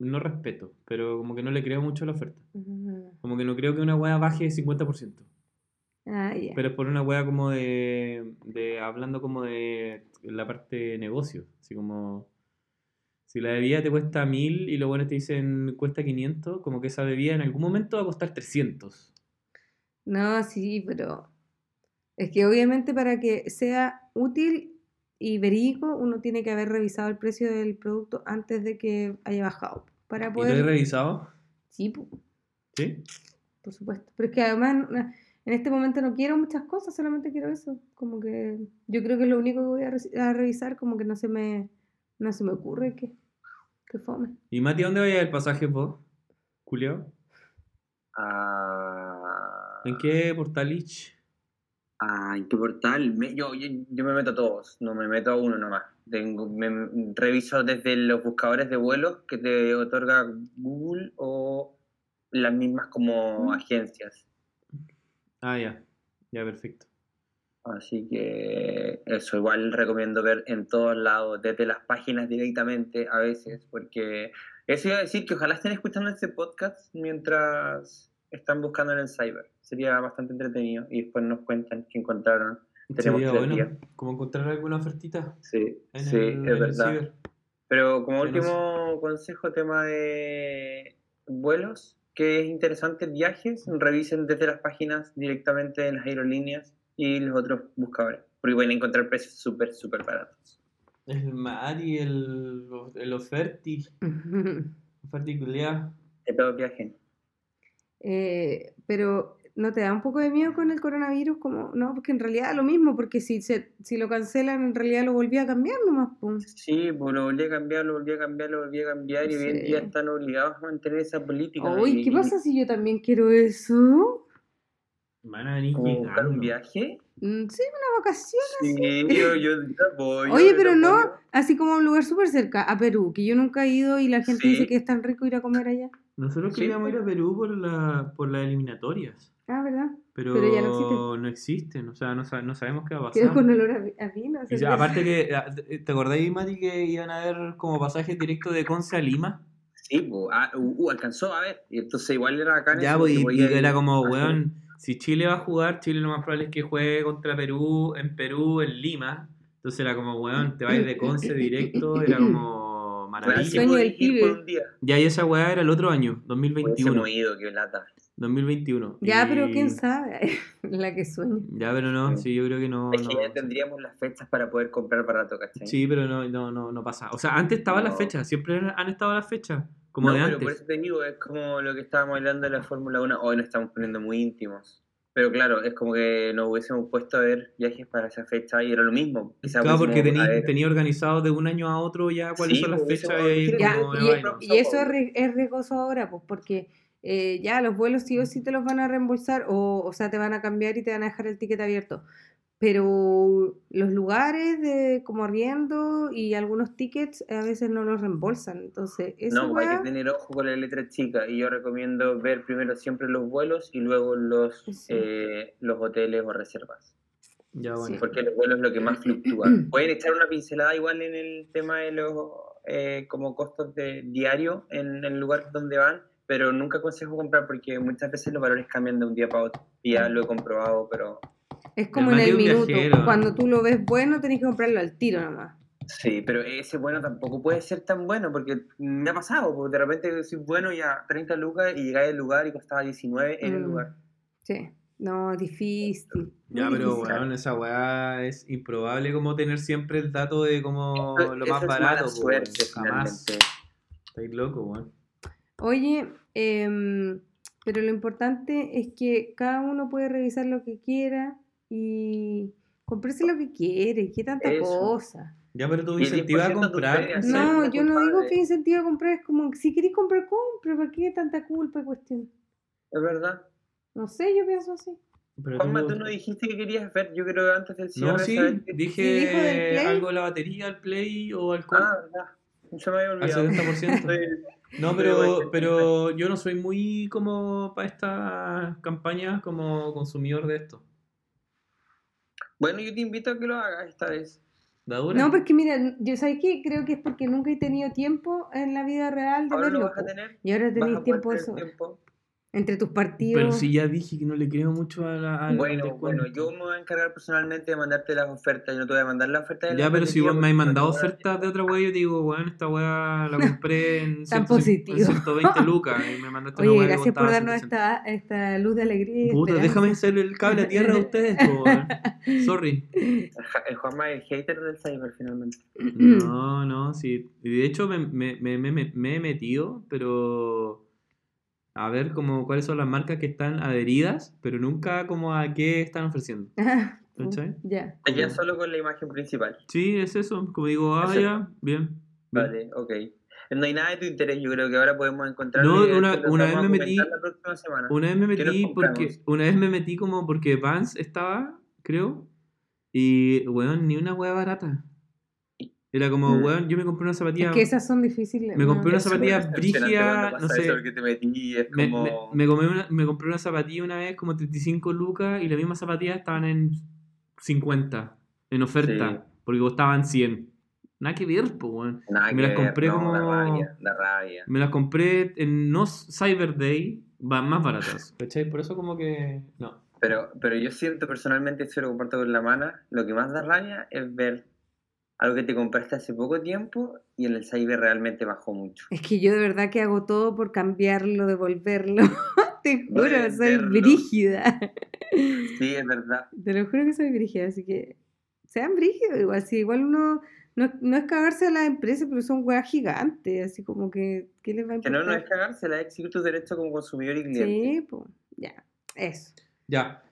[SPEAKER 3] no respeto, pero como que no le creo mucho a la oferta. Como que no creo que una weá baje 50%.
[SPEAKER 4] Ah, ya.
[SPEAKER 3] Pero es por una weá como de, de. Hablando como de la parte de negocio. Así como. Si la bebida te cuesta 1000 y los buenos te dicen cuesta 500, como que esa bebida en algún momento va a costar 300.
[SPEAKER 4] No, sí, pero es que obviamente para que sea útil y verídico, uno tiene que haber revisado el precio del producto antes de que haya bajado. Para
[SPEAKER 3] ¿Y lo he
[SPEAKER 4] poder...
[SPEAKER 3] revisado?
[SPEAKER 4] Sí, po.
[SPEAKER 3] ¿Sí?
[SPEAKER 4] por supuesto. Pero es que además na- en este momento no quiero muchas cosas, solamente quiero eso. Como que yo creo que es lo único que voy a, re- a revisar, como que no se me, no se me ocurre que... Qué fome.
[SPEAKER 3] ¿Y Mati, ¿a dónde vaya el pasaje vos? ¿Culeo?
[SPEAKER 2] Ah,
[SPEAKER 3] ¿En qué portalich?
[SPEAKER 2] ah, ¿en qué portal? Me- yo, yo, yo me meto a todos, no me meto a uno nomás. Tengo, me- reviso desde los buscadores de vuelos que te otorga Google o las mismas
[SPEAKER 4] Mm.
[SPEAKER 2] como agencias.
[SPEAKER 3] Ah, ya. Ya, perfecto.
[SPEAKER 2] Así que eso igual recomiendo ver en todos lados, desde las páginas directamente a veces, porque eso iba a decir que ojalá estén escuchando este podcast mientras están buscando en el cyber. Sería bastante entretenido y después nos cuentan qué encontraron. Tenemos
[SPEAKER 3] Sería
[SPEAKER 2] tres
[SPEAKER 3] bueno
[SPEAKER 2] días.
[SPEAKER 3] como encontrar alguna ofertita
[SPEAKER 2] Sí,
[SPEAKER 3] en
[SPEAKER 2] sí,
[SPEAKER 3] el, en el
[SPEAKER 2] es verdad.
[SPEAKER 3] ciber.
[SPEAKER 2] Pero como
[SPEAKER 3] Que no sé.
[SPEAKER 2] último consejo, tema de vuelos, que es interesante, viajes, revisen desde las páginas directamente de las aerolíneas y los otros buscadores, porque van a encontrar precios súper, súper baratos.
[SPEAKER 3] El Mari, el, el Oferti, Oferti culiao.
[SPEAKER 2] De todo viaje.
[SPEAKER 4] Eh, pero ¿no te da un poco de miedo con el coronavirus? Como, no, porque en realidad lo mismo, porque si, se, si lo cancelan, en realidad lo volví a cambiar nomás. pum.
[SPEAKER 2] Sí, pues lo volví a cambiar, lo volví a cambiar, lo volví a cambiar y hoy en
[SPEAKER 4] Sí.
[SPEAKER 2] día están obligados a mantener esa política.
[SPEAKER 4] Uy,
[SPEAKER 2] y-
[SPEAKER 4] ¿qué pasa si yo también quiero eso?
[SPEAKER 3] Van a venir
[SPEAKER 2] ¿Como buscar un
[SPEAKER 3] llegando.
[SPEAKER 2] viaje?
[SPEAKER 4] Mm, Sí, una vacación.
[SPEAKER 2] Sí, yo, yo ya voy.
[SPEAKER 4] Oye,
[SPEAKER 2] yo
[SPEAKER 4] pero
[SPEAKER 2] ya
[SPEAKER 4] no,
[SPEAKER 2] voy.
[SPEAKER 4] así como a un lugar súper cerca, a Perú, que yo nunca he ido y la gente
[SPEAKER 2] Sí.
[SPEAKER 4] dice que es tan rico ir a comer allá.
[SPEAKER 3] Nosotros
[SPEAKER 2] Sí.
[SPEAKER 3] queríamos ir a Perú por, la, por las eliminatorias,
[SPEAKER 4] Ah, ¿verdad?
[SPEAKER 3] pero,
[SPEAKER 4] Pero ya no
[SPEAKER 3] no,
[SPEAKER 4] existen.
[SPEAKER 3] existen, o sea, no, sa- no sabemos qué va a
[SPEAKER 4] Quedó
[SPEAKER 3] pasar.
[SPEAKER 4] con olor a, a vino. a
[SPEAKER 3] Y
[SPEAKER 4] cerveza.
[SPEAKER 3] aparte que, ah, ¿te acordáis, Mati, que iban a haber como pasajes directos de Conce a Lima?
[SPEAKER 2] Sí, pues, ah, uh, uh, alcanzó a ver. Y entonces igual era acá.
[SPEAKER 3] Ya, pues, y, y era como, weón, si Chile va a jugar, Chile lo más probable es que juegue contra Perú, en Perú, en Lima. Entonces era como, weón, te vais de Conce directo, era como
[SPEAKER 4] El
[SPEAKER 3] maravilla.
[SPEAKER 4] sueño del pibe.
[SPEAKER 3] Ya, y esa weá era el otro año, 2021.
[SPEAKER 2] Hubiésemos ido, qué lata.
[SPEAKER 3] 2021.
[SPEAKER 4] Ya, pero
[SPEAKER 3] y-
[SPEAKER 4] quién sabe, la que sueña.
[SPEAKER 3] Ya, pero no, sí, yo creo que no.
[SPEAKER 2] es que
[SPEAKER 3] no
[SPEAKER 2] ya tendríamos las fechas para poder comprar barato, ¿cachai?
[SPEAKER 3] Sí, pero no, no, no, no pasa. O sea, antes estaban las
[SPEAKER 2] No.
[SPEAKER 3] fechas, siempre han- han estado las fechas, como
[SPEAKER 2] No,
[SPEAKER 3] de
[SPEAKER 2] Pero por
[SPEAKER 3] antes.
[SPEAKER 2] eso te digo, es como lo que estábamos hablando de la Fórmula 1. Hoy nos estamos poniendo muy íntimos. Pero claro, es como que nos hubiésemos puesto a ver viajes para esa fecha y era lo mismo. Quizá
[SPEAKER 3] Claro, porque
[SPEAKER 2] hubiésemos- a
[SPEAKER 3] tenía,
[SPEAKER 2] ver,
[SPEAKER 3] tenía organizado de un año a otro ya cuáles
[SPEAKER 2] Sí,
[SPEAKER 3] son las
[SPEAKER 2] pues,
[SPEAKER 3] fechas
[SPEAKER 2] eso-
[SPEAKER 3] y ahí
[SPEAKER 4] Ya,
[SPEAKER 3] como,
[SPEAKER 4] y,
[SPEAKER 3] de vaina.
[SPEAKER 4] y eso es, ri- es riesgoso ahora, pues, porque eh, ya los vuelos sí o sí te los van a reembolsar, o, o sea, te van a cambiar y te van a dejar el ticket abierto. Pero los lugares de como arriendo y algunos tickets a veces no los reembolsan. Entonces, eso
[SPEAKER 2] No, pues hay que tener ojo con la letra chica y yo recomiendo ver primero siempre los vuelos y luego los,
[SPEAKER 4] Sí.
[SPEAKER 2] eh, los hoteles o reservas.
[SPEAKER 3] Ya, bueno.
[SPEAKER 4] Sí.
[SPEAKER 2] porque los vuelos es lo que más fluctúa. Pueden echar una pincelada igual en el tema de los eh, como costos de diario en el lugar donde van, pero nunca aconsejo comprar porque muchas veces los valores cambian de un día para otro. Ya lo he comprobado, pero
[SPEAKER 4] es como
[SPEAKER 3] El
[SPEAKER 4] en el
[SPEAKER 3] Mati es un
[SPEAKER 4] minuto.
[SPEAKER 3] viajero.
[SPEAKER 4] Cuando tú lo ves bueno, tenés que comprarlo al tiro nomás.
[SPEAKER 2] sí, pero ese bueno tampoco puede ser tan bueno porque me ha pasado, porque de repente decís bueno ya 30 lucas y llegáis al lugar y costaba 19 en el
[SPEAKER 4] Mm.
[SPEAKER 2] lugar.
[SPEAKER 4] Sí. No, es difícil. muy
[SPEAKER 3] Ya, pero
[SPEAKER 4] difícil.
[SPEAKER 3] weón, esa weá es improbable como tener siempre el dato de como lo
[SPEAKER 2] Eso
[SPEAKER 3] más
[SPEAKER 2] es mala
[SPEAKER 3] barato. po, weón.
[SPEAKER 2] suerte,
[SPEAKER 3] Jamás.
[SPEAKER 2] finalmente.
[SPEAKER 3] Estáis loco, weón.
[SPEAKER 4] Oye, em, pero lo importante es que cada uno puede revisar lo que quiera y comprarse lo que quiere, qué tanta
[SPEAKER 2] Eso.
[SPEAKER 4] cosa.
[SPEAKER 3] Ya, pero tú
[SPEAKER 2] Y el
[SPEAKER 3] incentivas a
[SPEAKER 2] 10% de
[SPEAKER 3] comprar.
[SPEAKER 2] ustedes,
[SPEAKER 3] ¿cachai?
[SPEAKER 4] No,
[SPEAKER 2] una
[SPEAKER 4] yo no digo
[SPEAKER 2] culpable.
[SPEAKER 4] que incentivo a comprar, es como, si queréis comprar, compra, ¿para qué tanta culpa y cuestión?
[SPEAKER 2] Es verdad.
[SPEAKER 4] No sé, yo pienso así.
[SPEAKER 3] Pero
[SPEAKER 2] Juanma,
[SPEAKER 3] tú-
[SPEAKER 2] tú no dijiste que querías ver, yo creo que antes del cierre.
[SPEAKER 3] No, sí,
[SPEAKER 2] saber qué-
[SPEAKER 4] dijo del
[SPEAKER 3] dije
[SPEAKER 4] Play.
[SPEAKER 3] algo de la batería, al play o al col-
[SPEAKER 2] Ah, verdad. Se me había
[SPEAKER 3] al
[SPEAKER 2] olvidado.
[SPEAKER 3] 70%.
[SPEAKER 2] Estoy-
[SPEAKER 3] No,
[SPEAKER 2] Pero-
[SPEAKER 3] pero, pero yo no soy muy como para estas campañas como consumidor de esto.
[SPEAKER 2] Bueno, yo te invito a que lo hagas esta vez.
[SPEAKER 3] ¿Dadura?
[SPEAKER 4] No, porque mira, yo sabes qué, creo que es porque nunca he tenido tiempo en la vida real de
[SPEAKER 2] Ahora lo
[SPEAKER 4] verlo.
[SPEAKER 2] vas a
[SPEAKER 4] po.
[SPEAKER 2] tener.
[SPEAKER 4] Y ahora
[SPEAKER 2] Vas
[SPEAKER 4] tenéis
[SPEAKER 2] a poder
[SPEAKER 4] tiempo
[SPEAKER 2] tener
[SPEAKER 4] eso,
[SPEAKER 2] tiempo.
[SPEAKER 4] entre tus partidos.
[SPEAKER 3] Pero si ya dije que no le creo mucho a la... al- al
[SPEAKER 2] Bueno,
[SPEAKER 3] descuento.
[SPEAKER 2] bueno, yo me voy a encargar personalmente de mandarte las ofertas. Yo no te voy a mandar las ofertas. de la
[SPEAKER 3] Ya, pero si vos
[SPEAKER 2] competitiva
[SPEAKER 3] me has
[SPEAKER 2] porque
[SPEAKER 3] mandado
[SPEAKER 2] no te voy a-
[SPEAKER 3] ofertas de otra weá, yo te digo, weón, esta weá la compré en,
[SPEAKER 4] Tan
[SPEAKER 3] 150
[SPEAKER 4] positivo.
[SPEAKER 3] en 120 lucas y me mandaste una
[SPEAKER 4] Oye,
[SPEAKER 3] weá que
[SPEAKER 4] gracias por
[SPEAKER 3] costaba
[SPEAKER 4] darnos
[SPEAKER 3] 180.
[SPEAKER 4] esta, esta luz de alegría. y
[SPEAKER 3] Puta,
[SPEAKER 4] esperanza.
[SPEAKER 3] déjame hacer el cable a tierra a ustedes, po, weón. Sorry.
[SPEAKER 2] El Ja- El Juanma es hater del cyber finalmente.
[SPEAKER 4] Mm.
[SPEAKER 3] No, no, sí. Y De hecho, me, me, me, me- me he metido, pero a ver como cuáles son las marcas que están adheridas, pero nunca como a qué están ofreciendo.
[SPEAKER 4] Ah,
[SPEAKER 3] ¿Cachai?
[SPEAKER 4] Ya.
[SPEAKER 2] Ya
[SPEAKER 3] Mm.
[SPEAKER 2] solo con la imagen principal.
[SPEAKER 3] Sí, es eso. Como digo, ah,
[SPEAKER 2] Eso.
[SPEAKER 3] ya, bien. bien.
[SPEAKER 2] Vale, ok. no hay nada de tu interés, yo creo que ahora podemos encontrar.
[SPEAKER 3] No,
[SPEAKER 2] eh,
[SPEAKER 3] una-
[SPEAKER 2] esto lo
[SPEAKER 3] una
[SPEAKER 2] vamos
[SPEAKER 3] vez
[SPEAKER 2] a
[SPEAKER 3] me metí-
[SPEAKER 2] comentar La próxima semana.
[SPEAKER 3] Una vez me
[SPEAKER 2] ¿Qué nos
[SPEAKER 3] metí porque.
[SPEAKER 2] compramos?
[SPEAKER 3] Una vez me metí como porque Vans estaba, creo. Y, weón, ni una wea barata. Era como,
[SPEAKER 2] Mm.
[SPEAKER 3] weón, yo me compré una zapatilla.
[SPEAKER 4] Es que esas son difíciles.
[SPEAKER 3] Me
[SPEAKER 4] ¿no?
[SPEAKER 3] compré una
[SPEAKER 2] Es
[SPEAKER 3] zapatilla
[SPEAKER 2] súper decepcionante
[SPEAKER 3] brígida,
[SPEAKER 2] cuando pasa
[SPEAKER 3] no sé.
[SPEAKER 2] eso, porque te metí, es
[SPEAKER 3] Me, me,
[SPEAKER 2] como-
[SPEAKER 3] me comí una- me compré una zapatilla una vez como 35 lucas y las mismas zapatillas estaban en 50 en oferta porque costaban 100. Nada que ver, po, weón.
[SPEAKER 2] Nada
[SPEAKER 3] me
[SPEAKER 2] que
[SPEAKER 3] las
[SPEAKER 2] ver,
[SPEAKER 3] compré
[SPEAKER 2] no,
[SPEAKER 3] como-
[SPEAKER 2] La rabia, la rabia.
[SPEAKER 3] Me las compré en no Cyber Day, va- más baratas. ¿Cachai? Por eso como que... No.
[SPEAKER 2] Pero, pero yo siento personalmente, esto lo comparto con la mana, lo que más da rabia es ver algo que te compraste hace poco tiempo y en el cyber realmente bajó mucho.
[SPEAKER 4] Es que yo de verdad que hago todo por cambiarlo, devolverlo. Te juro, soy
[SPEAKER 2] Venderlo.
[SPEAKER 4] brígida.
[SPEAKER 2] Sí, es verdad.
[SPEAKER 4] Te lo juro que soy brígida, así que sean brígidos igual. Si igual uno no, no es cagarse a las empresas, pero son weas gigantes, así como que, ¿qué les va a
[SPEAKER 2] Que no,
[SPEAKER 4] importar?
[SPEAKER 2] no es cagarse, la exigir tus derechos como consumidor y cliente.
[SPEAKER 4] Sí, pues, ya, eso.
[SPEAKER 3] Ya.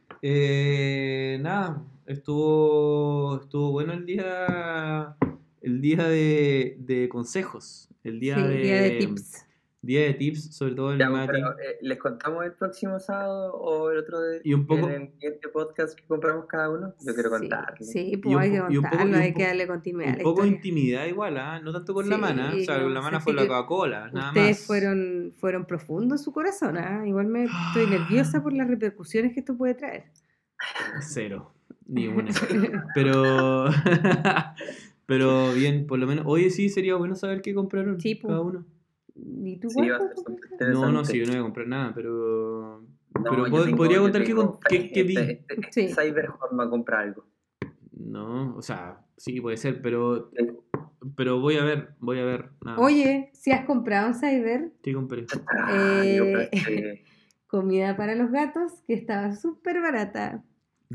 [SPEAKER 3] Eh, nada. Estuvo, estuvo bueno el día... El día de, de consejos. El día,
[SPEAKER 4] Sí,
[SPEAKER 3] de,
[SPEAKER 4] día de tips.
[SPEAKER 3] Día de tips, sobre todo el
[SPEAKER 2] Ya,
[SPEAKER 3] Mati.
[SPEAKER 2] pero, eh, ¿Les contamos el próximo sábado o el otro de,
[SPEAKER 3] Y un poco-
[SPEAKER 2] en el siguiente podcast que compramos cada uno? Yo quiero
[SPEAKER 4] Sí,
[SPEAKER 2] contar.
[SPEAKER 4] Sí,
[SPEAKER 3] Y
[SPEAKER 4] pues
[SPEAKER 3] un
[SPEAKER 4] hay que
[SPEAKER 3] po- y un poco-
[SPEAKER 4] contarlo,
[SPEAKER 3] y un
[SPEAKER 4] hay que
[SPEAKER 3] po-
[SPEAKER 4] darle continuidad a
[SPEAKER 3] Un
[SPEAKER 4] la
[SPEAKER 3] poco de
[SPEAKER 4] historia.
[SPEAKER 3] intimidad igual, ¿ah? No tanto con la
[SPEAKER 4] Sí,
[SPEAKER 3] mana. O sea,
[SPEAKER 4] no,
[SPEAKER 3] con la mana
[SPEAKER 4] sentí
[SPEAKER 3] fue la
[SPEAKER 4] que
[SPEAKER 3] Coca-Cola, nada
[SPEAKER 4] Ustedes
[SPEAKER 3] más.
[SPEAKER 4] fueron, fueron profundos en su corazón, ¿ah? Igual me estoy nerviosa por las repercusiones que esto puede traer.
[SPEAKER 3] Cero. Ni una. Pero. Pero bien, por lo menos. Oye, sí, sería bueno saber qué compraron
[SPEAKER 4] Sí, po.
[SPEAKER 3] cada uno.
[SPEAKER 4] ¿Y tú
[SPEAKER 2] Sí,
[SPEAKER 4] cuál,
[SPEAKER 2] va a ser
[SPEAKER 4] Juanjo?
[SPEAKER 2] súper
[SPEAKER 3] No, no,
[SPEAKER 2] interesante.
[SPEAKER 3] sí, yo no voy a comprar nada, pero.
[SPEAKER 2] No,
[SPEAKER 3] pero
[SPEAKER 2] yo
[SPEAKER 3] pod-
[SPEAKER 2] tengo-
[SPEAKER 3] podría
[SPEAKER 2] yo
[SPEAKER 3] contar qué,
[SPEAKER 2] tengo
[SPEAKER 3] con- qué- qué vi.
[SPEAKER 2] este- este-
[SPEAKER 4] Sí.
[SPEAKER 2] Cyber Juan va a comprar algo.
[SPEAKER 3] No, o sea, sí, puede ser, pero. Pero voy a ver, voy a ver. Nada. más.
[SPEAKER 4] Oye, si has comprado un cyber,
[SPEAKER 3] ¿Qué compré?
[SPEAKER 2] Ah,
[SPEAKER 4] Eh,
[SPEAKER 2] yo pensé,
[SPEAKER 4] comida para los gatos que estaba súper barata.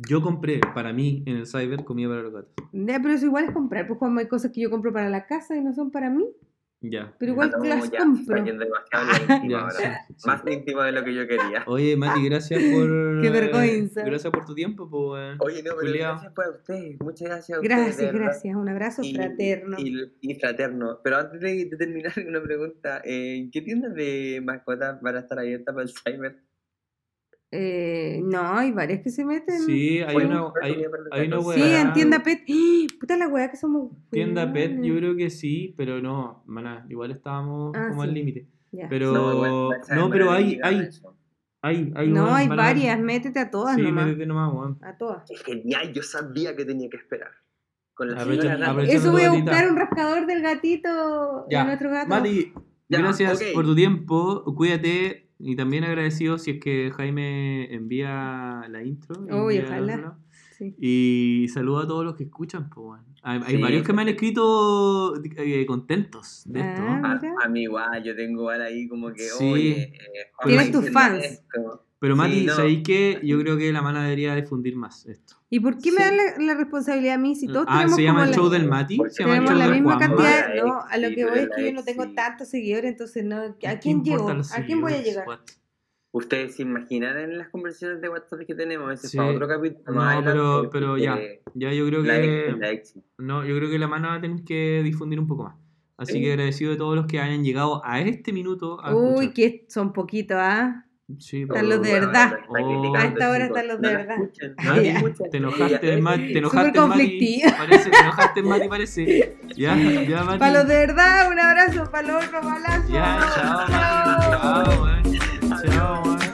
[SPEAKER 3] Yo compré para mí en el Cyber comida para los gatos.
[SPEAKER 4] Ya, pero eso igual es comprar, pues Juanma, hay cosas que yo compro para la casa y no son para mí.
[SPEAKER 3] Ya.
[SPEAKER 4] Pero igual
[SPEAKER 2] no,
[SPEAKER 4] las
[SPEAKER 2] ya,
[SPEAKER 4] compro.
[SPEAKER 2] está yendo demasiado a lo íntimo
[SPEAKER 3] Ya,
[SPEAKER 2] ahora.
[SPEAKER 3] sí, sí.
[SPEAKER 2] Más íntimo de lo que yo quería.
[SPEAKER 3] Oye, Mati, gracias por.
[SPEAKER 4] Qué vergüenza.
[SPEAKER 3] Gracias por tu tiempo, po, weón.
[SPEAKER 2] Oye, no, pero
[SPEAKER 3] Julián.
[SPEAKER 2] gracias para ustedes. Muchas gracias a ustedes. de
[SPEAKER 4] Gracias,
[SPEAKER 2] verdad.
[SPEAKER 4] gracias. Un abrazo
[SPEAKER 2] Y-
[SPEAKER 4] fraterno.
[SPEAKER 2] Y, y fraterno. Pero antes de, de terminar, una pregunta. Eh, ¿Qué tiendas de mascotas van a estar abiertas para el cyber?
[SPEAKER 4] Eh, no, hay varias que se meten.
[SPEAKER 3] Sí, hay
[SPEAKER 2] Bueno,
[SPEAKER 3] una, hay,
[SPEAKER 2] comida para los
[SPEAKER 3] hay una
[SPEAKER 2] gatos.
[SPEAKER 3] weá.
[SPEAKER 4] Sí, en tienda pet. ¡Ah! Puta la weá que somos.
[SPEAKER 3] Tienda Pet, yo
[SPEAKER 4] weones.
[SPEAKER 3] creo que sí, pero no, maná, igual estábamos
[SPEAKER 4] Ah,
[SPEAKER 3] como
[SPEAKER 4] sí.
[SPEAKER 3] al límite.
[SPEAKER 4] Ya.
[SPEAKER 3] Pero
[SPEAKER 2] igual,
[SPEAKER 3] no,
[SPEAKER 2] el cyber
[SPEAKER 3] pero
[SPEAKER 2] no le
[SPEAKER 3] hay,
[SPEAKER 2] llega a
[SPEAKER 3] hay,
[SPEAKER 2] eso.
[SPEAKER 3] hay, hay,
[SPEAKER 4] no,
[SPEAKER 3] weón,
[SPEAKER 4] hay
[SPEAKER 3] maná.
[SPEAKER 4] varias, métete a todas
[SPEAKER 3] Sí,
[SPEAKER 4] nomás.
[SPEAKER 3] métete nomás, weón.
[SPEAKER 4] A todas.
[SPEAKER 2] Qué genial, yo sabía que tenía que esperar. Con la
[SPEAKER 3] Aprovecha-
[SPEAKER 2] señora Nata.
[SPEAKER 3] aprovecha- Aprovechando
[SPEAKER 4] Eso voy a
[SPEAKER 3] tu
[SPEAKER 4] buscar
[SPEAKER 3] gatita.
[SPEAKER 4] un rascador del gatito
[SPEAKER 3] Ya.
[SPEAKER 4] de nuestro gato.
[SPEAKER 3] Mati,
[SPEAKER 2] Ya,
[SPEAKER 3] gracias
[SPEAKER 2] ok.
[SPEAKER 3] por tu tiempo, cuídate y también agradecido si es que Jaime envía la intro. y
[SPEAKER 4] Uy,
[SPEAKER 3] envía el
[SPEAKER 4] ojalá.
[SPEAKER 3] otro.
[SPEAKER 4] Sí.
[SPEAKER 3] Y saludo a todos los que escuchan, po, weón. Hay, hay
[SPEAKER 2] Sí.
[SPEAKER 3] varios que me han escrito eh, contentos de esto.
[SPEAKER 4] Ah.
[SPEAKER 2] A,
[SPEAKER 4] Mira.
[SPEAKER 2] a mí igual, yo tengo igual ahí como que,
[SPEAKER 3] Sí.
[SPEAKER 2] oye, eh, Juan,
[SPEAKER 4] Tienes
[SPEAKER 2] me
[SPEAKER 4] tus
[SPEAKER 2] hicieron
[SPEAKER 4] fans.
[SPEAKER 2] esto.
[SPEAKER 3] Pero Mati,
[SPEAKER 2] Sí, no.
[SPEAKER 3] ¿sabéis qué? Yo creo que la mana debería difundir más esto.
[SPEAKER 4] ¿Y por qué me
[SPEAKER 2] Sí.
[SPEAKER 4] dan la, la responsabilidad a mí si todos
[SPEAKER 3] ah,
[SPEAKER 4] tenemos
[SPEAKER 3] se llama
[SPEAKER 4] como
[SPEAKER 3] el
[SPEAKER 4] la-
[SPEAKER 3] show del Mati,
[SPEAKER 2] Porque
[SPEAKER 3] se llama el
[SPEAKER 4] tenemos
[SPEAKER 3] show
[SPEAKER 4] la
[SPEAKER 3] del
[SPEAKER 4] misma
[SPEAKER 3] Juanma.
[SPEAKER 4] cantidad,
[SPEAKER 2] Ahora
[SPEAKER 4] de-
[SPEAKER 2] eres
[SPEAKER 4] no, a lo
[SPEAKER 2] sí,
[SPEAKER 4] que
[SPEAKER 2] tú
[SPEAKER 4] voy
[SPEAKER 2] eres
[SPEAKER 4] es que
[SPEAKER 2] la
[SPEAKER 4] yo no tengo
[SPEAKER 2] ex, sí.
[SPEAKER 4] tantos seguidores, entonces no, ¿a
[SPEAKER 3] ¿Qué
[SPEAKER 4] quién llego?
[SPEAKER 3] importan los
[SPEAKER 4] ¿A quién voy a
[SPEAKER 3] seguidores,
[SPEAKER 4] llegar?
[SPEAKER 3] what?
[SPEAKER 2] Ustedes se imaginarán las conversaciones de WhatsApp que tenemos, ese es
[SPEAKER 3] Sí.
[SPEAKER 2] para otro capítulo.
[SPEAKER 3] No,
[SPEAKER 2] más adelante,
[SPEAKER 3] pero- pero
[SPEAKER 2] porque
[SPEAKER 3] ya, Ya yo creo
[SPEAKER 2] La ex, es
[SPEAKER 3] que
[SPEAKER 2] la ex.
[SPEAKER 3] no, yo creo que la mana va a tener que difundir un poco más. Así
[SPEAKER 2] Sí.
[SPEAKER 3] que agradecido de todos los que hayan llegado a este minuto a
[SPEAKER 4] Uy,
[SPEAKER 3] escuchar.
[SPEAKER 4] que son poquitos, ¿ah?
[SPEAKER 3] Sí,
[SPEAKER 4] Están
[SPEAKER 3] pero-
[SPEAKER 4] los de
[SPEAKER 2] bueno,
[SPEAKER 4] verdad.
[SPEAKER 2] la está
[SPEAKER 3] Oh.
[SPEAKER 2] criticando,
[SPEAKER 3] A esta
[SPEAKER 4] hora
[SPEAKER 2] chicos.
[SPEAKER 4] están los
[SPEAKER 2] No
[SPEAKER 4] de
[SPEAKER 2] la
[SPEAKER 4] verdad.
[SPEAKER 2] escuchan, no
[SPEAKER 3] Mati,
[SPEAKER 2] la escuchan.
[SPEAKER 3] te
[SPEAKER 2] Ella
[SPEAKER 3] enojaste,
[SPEAKER 2] es-
[SPEAKER 3] Mati, te enojaste, Mati.
[SPEAKER 4] conflictiva.
[SPEAKER 3] Parece, te enojaste, Mati, parece. Ya, ya, Mati.
[SPEAKER 4] Para los de verdad, un abrazo, para los otros, balazo.
[SPEAKER 3] Ya, chao, Mati. Chao, eh. Chao, eh.